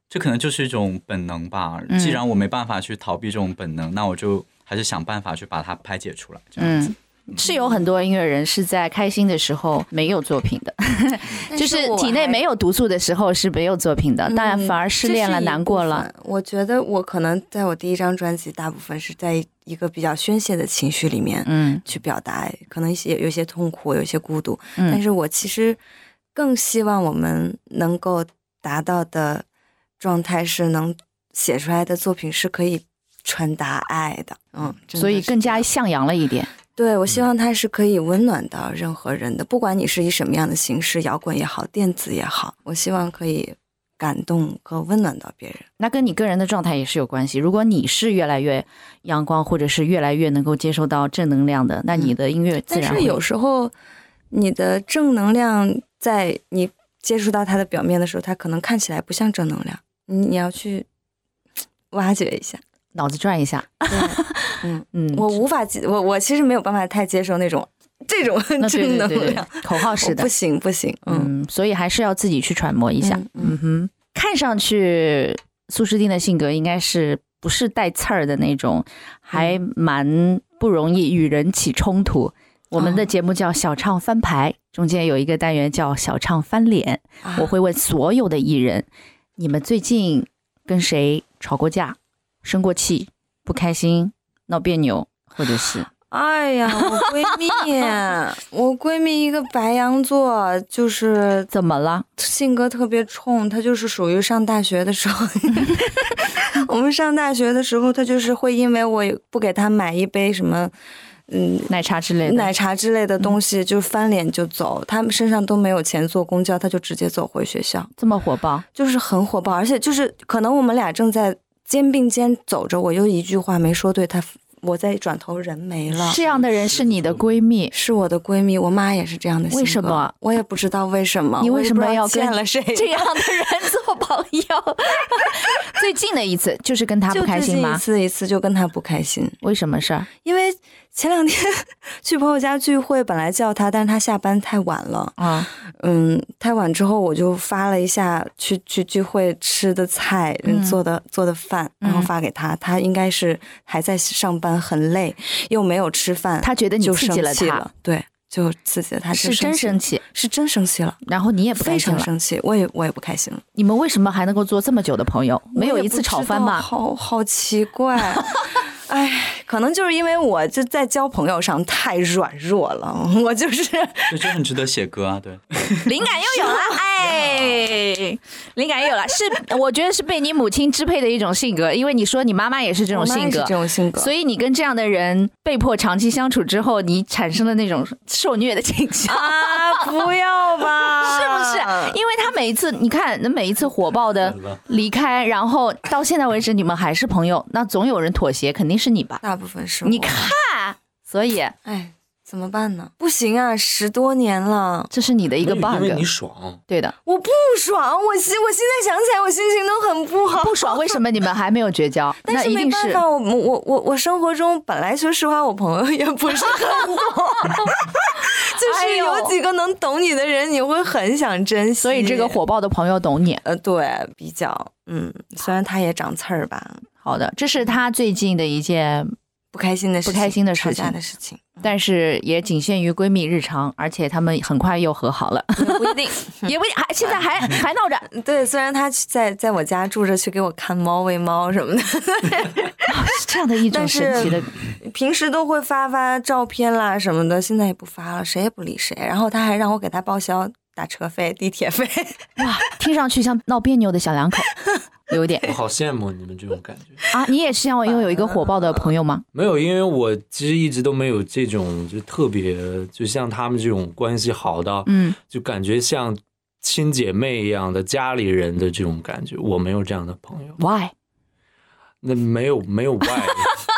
[SPEAKER 4] 这可能就是一种本能吧。
[SPEAKER 3] 嗯
[SPEAKER 4] 既然我没办法去逃避这种本能，那我就还是想办法去把它排解出来。这样子，
[SPEAKER 3] 嗯。是有很多音乐人是在开心的时候没有作品的，就是体内没
[SPEAKER 2] 有。
[SPEAKER 3] 有毒素的时候是没有作品的，但
[SPEAKER 2] 嗯
[SPEAKER 3] 反而失
[SPEAKER 2] 这
[SPEAKER 3] 恋
[SPEAKER 2] 是
[SPEAKER 3] 了、
[SPEAKER 2] 一
[SPEAKER 3] 难过
[SPEAKER 2] 部
[SPEAKER 3] 了，
[SPEAKER 2] 分。我觉得我可能在我第一张专辑，大部分是在一个比较宣泄的情绪里面
[SPEAKER 3] 嗯
[SPEAKER 2] 去表达，可能一些有一些痛苦，有一些孤独。
[SPEAKER 3] 嗯
[SPEAKER 2] 但是我其实更希望我们能够达到的状态是，能写出来的作品是可以传达爱的。嗯，真的
[SPEAKER 3] 所以
[SPEAKER 2] 是
[SPEAKER 3] 更
[SPEAKER 2] 这样
[SPEAKER 3] 加向阳了一点。
[SPEAKER 2] 对，我希望它是可以温暖到任何人的，不管你是以什么样的形式，摇滚也好，电子也好，我希望可以感动和温暖到别人。
[SPEAKER 3] 那跟你个人的状态也是有关系。如果你是越来越阳光，或者是越来越能够接受到正能量的，那你的音乐
[SPEAKER 2] 嗯
[SPEAKER 3] 自
[SPEAKER 2] 但
[SPEAKER 3] 然
[SPEAKER 2] 是
[SPEAKER 3] 会
[SPEAKER 2] 有时候，你的正能量在你接触到它的表面的时候，它可能看起来不像正能量，你你要去嘖挖掘一下。
[SPEAKER 3] 脑子转一下。
[SPEAKER 2] 对，嗯，
[SPEAKER 3] 嗯，
[SPEAKER 2] 我无法接，我我其实没有办法太接受那种这种
[SPEAKER 3] 那
[SPEAKER 2] 正
[SPEAKER 3] 对对
[SPEAKER 2] 能
[SPEAKER 3] 对对
[SPEAKER 2] 量，，
[SPEAKER 3] 口号式
[SPEAKER 2] 我
[SPEAKER 3] 的
[SPEAKER 2] 不，行不行，嗯
[SPEAKER 3] 嗯，所以还是要自己去揣摩一下。
[SPEAKER 2] 嗯
[SPEAKER 3] 嗯哼，看上去苏诗丁的性格应该是不是带刺儿的那种，还
[SPEAKER 2] 嗯
[SPEAKER 3] 蛮不容易与人起冲突。我们的
[SPEAKER 2] 哦
[SPEAKER 3] 节目叫小唱翻牌，中间有一个单元叫小唱翻脸。
[SPEAKER 2] 啊
[SPEAKER 3] 我会问所有的艺人，你们最近跟谁吵过架、生过气、不开心、闹别扭，或 者是
[SPEAKER 2] 哎呀，我闺蜜，我闺蜜一个白羊座，就是
[SPEAKER 3] 怎么了？
[SPEAKER 2] 性格特别冲，她就是属于上大学的时候， 我们上大学的时候，她就是会因为我不给她买一杯什么，嗯。
[SPEAKER 3] 奶茶之类的？
[SPEAKER 2] 奶茶之类的东西，就翻脸就走，他们身上都没有钱坐公交，她就直接走回学校，
[SPEAKER 3] 这么火爆？
[SPEAKER 2] 就是很火爆，而且就是可能我们俩正在肩并肩走着，我就一句话没说对，她我再转头人没了，
[SPEAKER 3] 这样的人是你的闺蜜，
[SPEAKER 2] 是我的闺蜜，我妈也是这样的性格。
[SPEAKER 3] 为什么？
[SPEAKER 2] 我也不知道为什么。
[SPEAKER 3] 你为什么
[SPEAKER 2] 啊我也
[SPEAKER 3] 要
[SPEAKER 2] 不知道
[SPEAKER 3] 跟
[SPEAKER 2] 见了谁？
[SPEAKER 3] 这样的人做朋友？ 最近的一次就是跟他
[SPEAKER 2] 就
[SPEAKER 3] 不开心
[SPEAKER 2] 最近一
[SPEAKER 3] 吗？
[SPEAKER 2] 次一次就跟她不开心，
[SPEAKER 3] 为什么事儿？
[SPEAKER 2] 因为前两天 去朋友家聚会，本来叫她，但是她下班太晚了。
[SPEAKER 3] 啊，
[SPEAKER 2] 嗯，太晚之后我就发了一下去去聚会吃的菜，
[SPEAKER 3] 嗯
[SPEAKER 2] 做的做的饭，然后发给她。她应该是还在上班，很累，又没有吃饭，
[SPEAKER 3] 他觉得你
[SPEAKER 2] 就
[SPEAKER 3] 刺
[SPEAKER 2] 生
[SPEAKER 3] 激了
[SPEAKER 2] 气
[SPEAKER 3] 他
[SPEAKER 2] 了。对，就刺激了她，
[SPEAKER 3] 是
[SPEAKER 2] 就
[SPEAKER 3] 真
[SPEAKER 2] 气
[SPEAKER 3] 生
[SPEAKER 2] 了，
[SPEAKER 3] 气，
[SPEAKER 2] 是真生气了，
[SPEAKER 3] 然后你也不开
[SPEAKER 2] 非
[SPEAKER 3] 心
[SPEAKER 2] 常
[SPEAKER 3] 了。
[SPEAKER 2] 生气，我也我也不开心了。
[SPEAKER 3] 你们为什么还能够做这么久的朋友？没有一次吵翻
[SPEAKER 2] 吧？
[SPEAKER 3] 吗？
[SPEAKER 2] 好好奇怪， 哎，可能就是因为我就在交朋友上太软弱了，我 就是
[SPEAKER 4] 所以就很值得写歌啊。对，
[SPEAKER 3] 灵感又有了，哎，灵感又有了，是我觉得是被你母亲支配的一种性格，因为你说你妈妈也是这种性格
[SPEAKER 2] 这，种性格，
[SPEAKER 3] 所以你跟这样的人被迫长期相处之后，你产生了那种受虐的倾向。
[SPEAKER 2] 啊，不要吧，
[SPEAKER 3] 是不是？因为他每一次，你看，那每一次火爆的离开，然后到现在为止，你们还是朋友，那总有人妥协，肯定是你吧？
[SPEAKER 2] 大部分是
[SPEAKER 3] 你
[SPEAKER 2] 我，
[SPEAKER 3] 看，所以
[SPEAKER 2] 哎，怎么办呢？不行啊，十多年了。
[SPEAKER 3] 这是你的一个
[SPEAKER 5] 因为因
[SPEAKER 3] bug，
[SPEAKER 5] 为你爽，
[SPEAKER 3] 对的。
[SPEAKER 2] 我不爽，我心我现在想起来，我心情都很不好。
[SPEAKER 3] 不爽，为什么你们还没有绝交？
[SPEAKER 2] 但
[SPEAKER 3] 那一
[SPEAKER 2] 没
[SPEAKER 3] 定
[SPEAKER 2] 办
[SPEAKER 3] 是
[SPEAKER 2] 法，我我我我生活中本来说实话，我朋友也不是很 好，就
[SPEAKER 3] 哎
[SPEAKER 2] 是
[SPEAKER 3] 呦
[SPEAKER 2] 有几个能懂你的人，你会很想珍惜。
[SPEAKER 3] 所以这个火爆的朋友懂你。
[SPEAKER 2] 呃，对，比较嗯，虽然他也长刺儿吧，
[SPEAKER 3] 好的，这是他最近的一件
[SPEAKER 2] 不开心的事
[SPEAKER 3] 不
[SPEAKER 2] 情，
[SPEAKER 3] 开心的事
[SPEAKER 2] 吵架
[SPEAKER 3] 情
[SPEAKER 2] 的事情，
[SPEAKER 3] 但是也仅限于闺蜜日常，而且他们很快又和好 了，
[SPEAKER 2] 嗯
[SPEAKER 6] 不一定。
[SPEAKER 3] 也不还现在还还闹着。
[SPEAKER 2] 对，虽然他去在在我家住着，去给我看猫、喂猫什么的，
[SPEAKER 3] 是 这样的一种
[SPEAKER 2] 但
[SPEAKER 3] 神奇的，
[SPEAKER 2] 平时都会发发照片啦什么的，现在也不发了，谁也不理谁。然后他还让我给他报销打车费、地铁费，
[SPEAKER 3] 哇，听上去像闹别扭的小两 口，有一点
[SPEAKER 5] 我好羡慕你们这种感觉。
[SPEAKER 3] 啊。你也是像我拥有一个火爆的朋友吗？
[SPEAKER 5] 没有，因为我其实一直都没有这种就特别，就像他们这种关系好到，
[SPEAKER 3] 嗯，
[SPEAKER 5] 就感觉像亲姐妹一样的家里人的这种感觉，我没有这样的朋友。
[SPEAKER 3] Why？
[SPEAKER 5] 那没有没有外，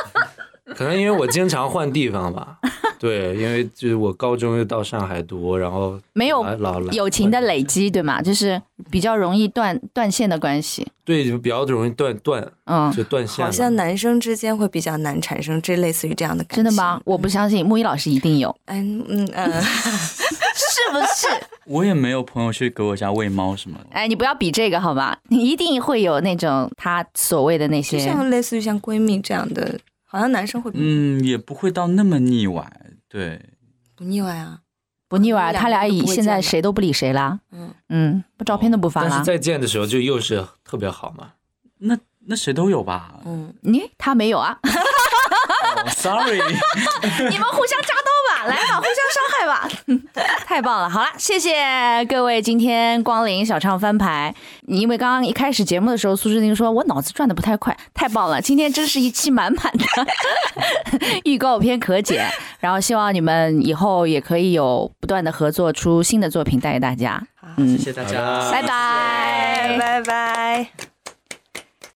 [SPEAKER 5] 可能因为我经常换地方吧。对，因为就是我高中又到上海读，然后
[SPEAKER 3] 没有
[SPEAKER 5] 来老来
[SPEAKER 3] 友情的累积，对吗？就是比较容易断断线的关系。
[SPEAKER 5] 对，就比较容易断断，
[SPEAKER 3] 嗯，
[SPEAKER 5] 就断线
[SPEAKER 2] 好
[SPEAKER 5] 了。
[SPEAKER 2] 像男生之间会比较难产生这类似于这样的感情。
[SPEAKER 3] 真的吗？？我不相信，木一老师一定有，
[SPEAKER 2] 嗯嗯嗯，
[SPEAKER 3] 是不是？
[SPEAKER 4] 我也没有朋友去给我家喂猫什么的。
[SPEAKER 3] 哎，你不要比这个好吗？你一定会有那种他所谓的 那
[SPEAKER 2] 就
[SPEAKER 3] 些，
[SPEAKER 2] 像类似于像闺蜜这样的，好像男生会不
[SPEAKER 4] 嗯，也不会到那么腻歪。对，
[SPEAKER 2] 不腻歪啊。
[SPEAKER 3] 不腻歪，
[SPEAKER 2] 两个
[SPEAKER 3] 他俩
[SPEAKER 2] 都不
[SPEAKER 3] 以
[SPEAKER 2] 会
[SPEAKER 3] 现在
[SPEAKER 2] 见的
[SPEAKER 3] 谁都不理谁啦。
[SPEAKER 2] 嗯，
[SPEAKER 3] 嗯，不照片都不发
[SPEAKER 5] 但
[SPEAKER 3] 啦
[SPEAKER 5] 是。再见的时候就又是特别好嘛。
[SPEAKER 4] 那那谁都有吧。
[SPEAKER 2] 嗯，
[SPEAKER 3] 你他没有啊？
[SPEAKER 4] 哦 Sorry，
[SPEAKER 3] 你们互相扎刀吧，来吧，互相伤害吧， 太棒了！好了，谢谢各位今天光临小唱翻牌。你因为刚刚一开始节目的时候，苏诗宁说我脑子转的不太快，太棒了！今天真是一期满满的 预告片可解，然后希望你们以后也可以有不断的合作，出新的作品带给大家。
[SPEAKER 4] 谢
[SPEAKER 3] 嗯
[SPEAKER 4] 谢大家。
[SPEAKER 5] 好的
[SPEAKER 3] 哎拜拜。
[SPEAKER 2] 拜拜。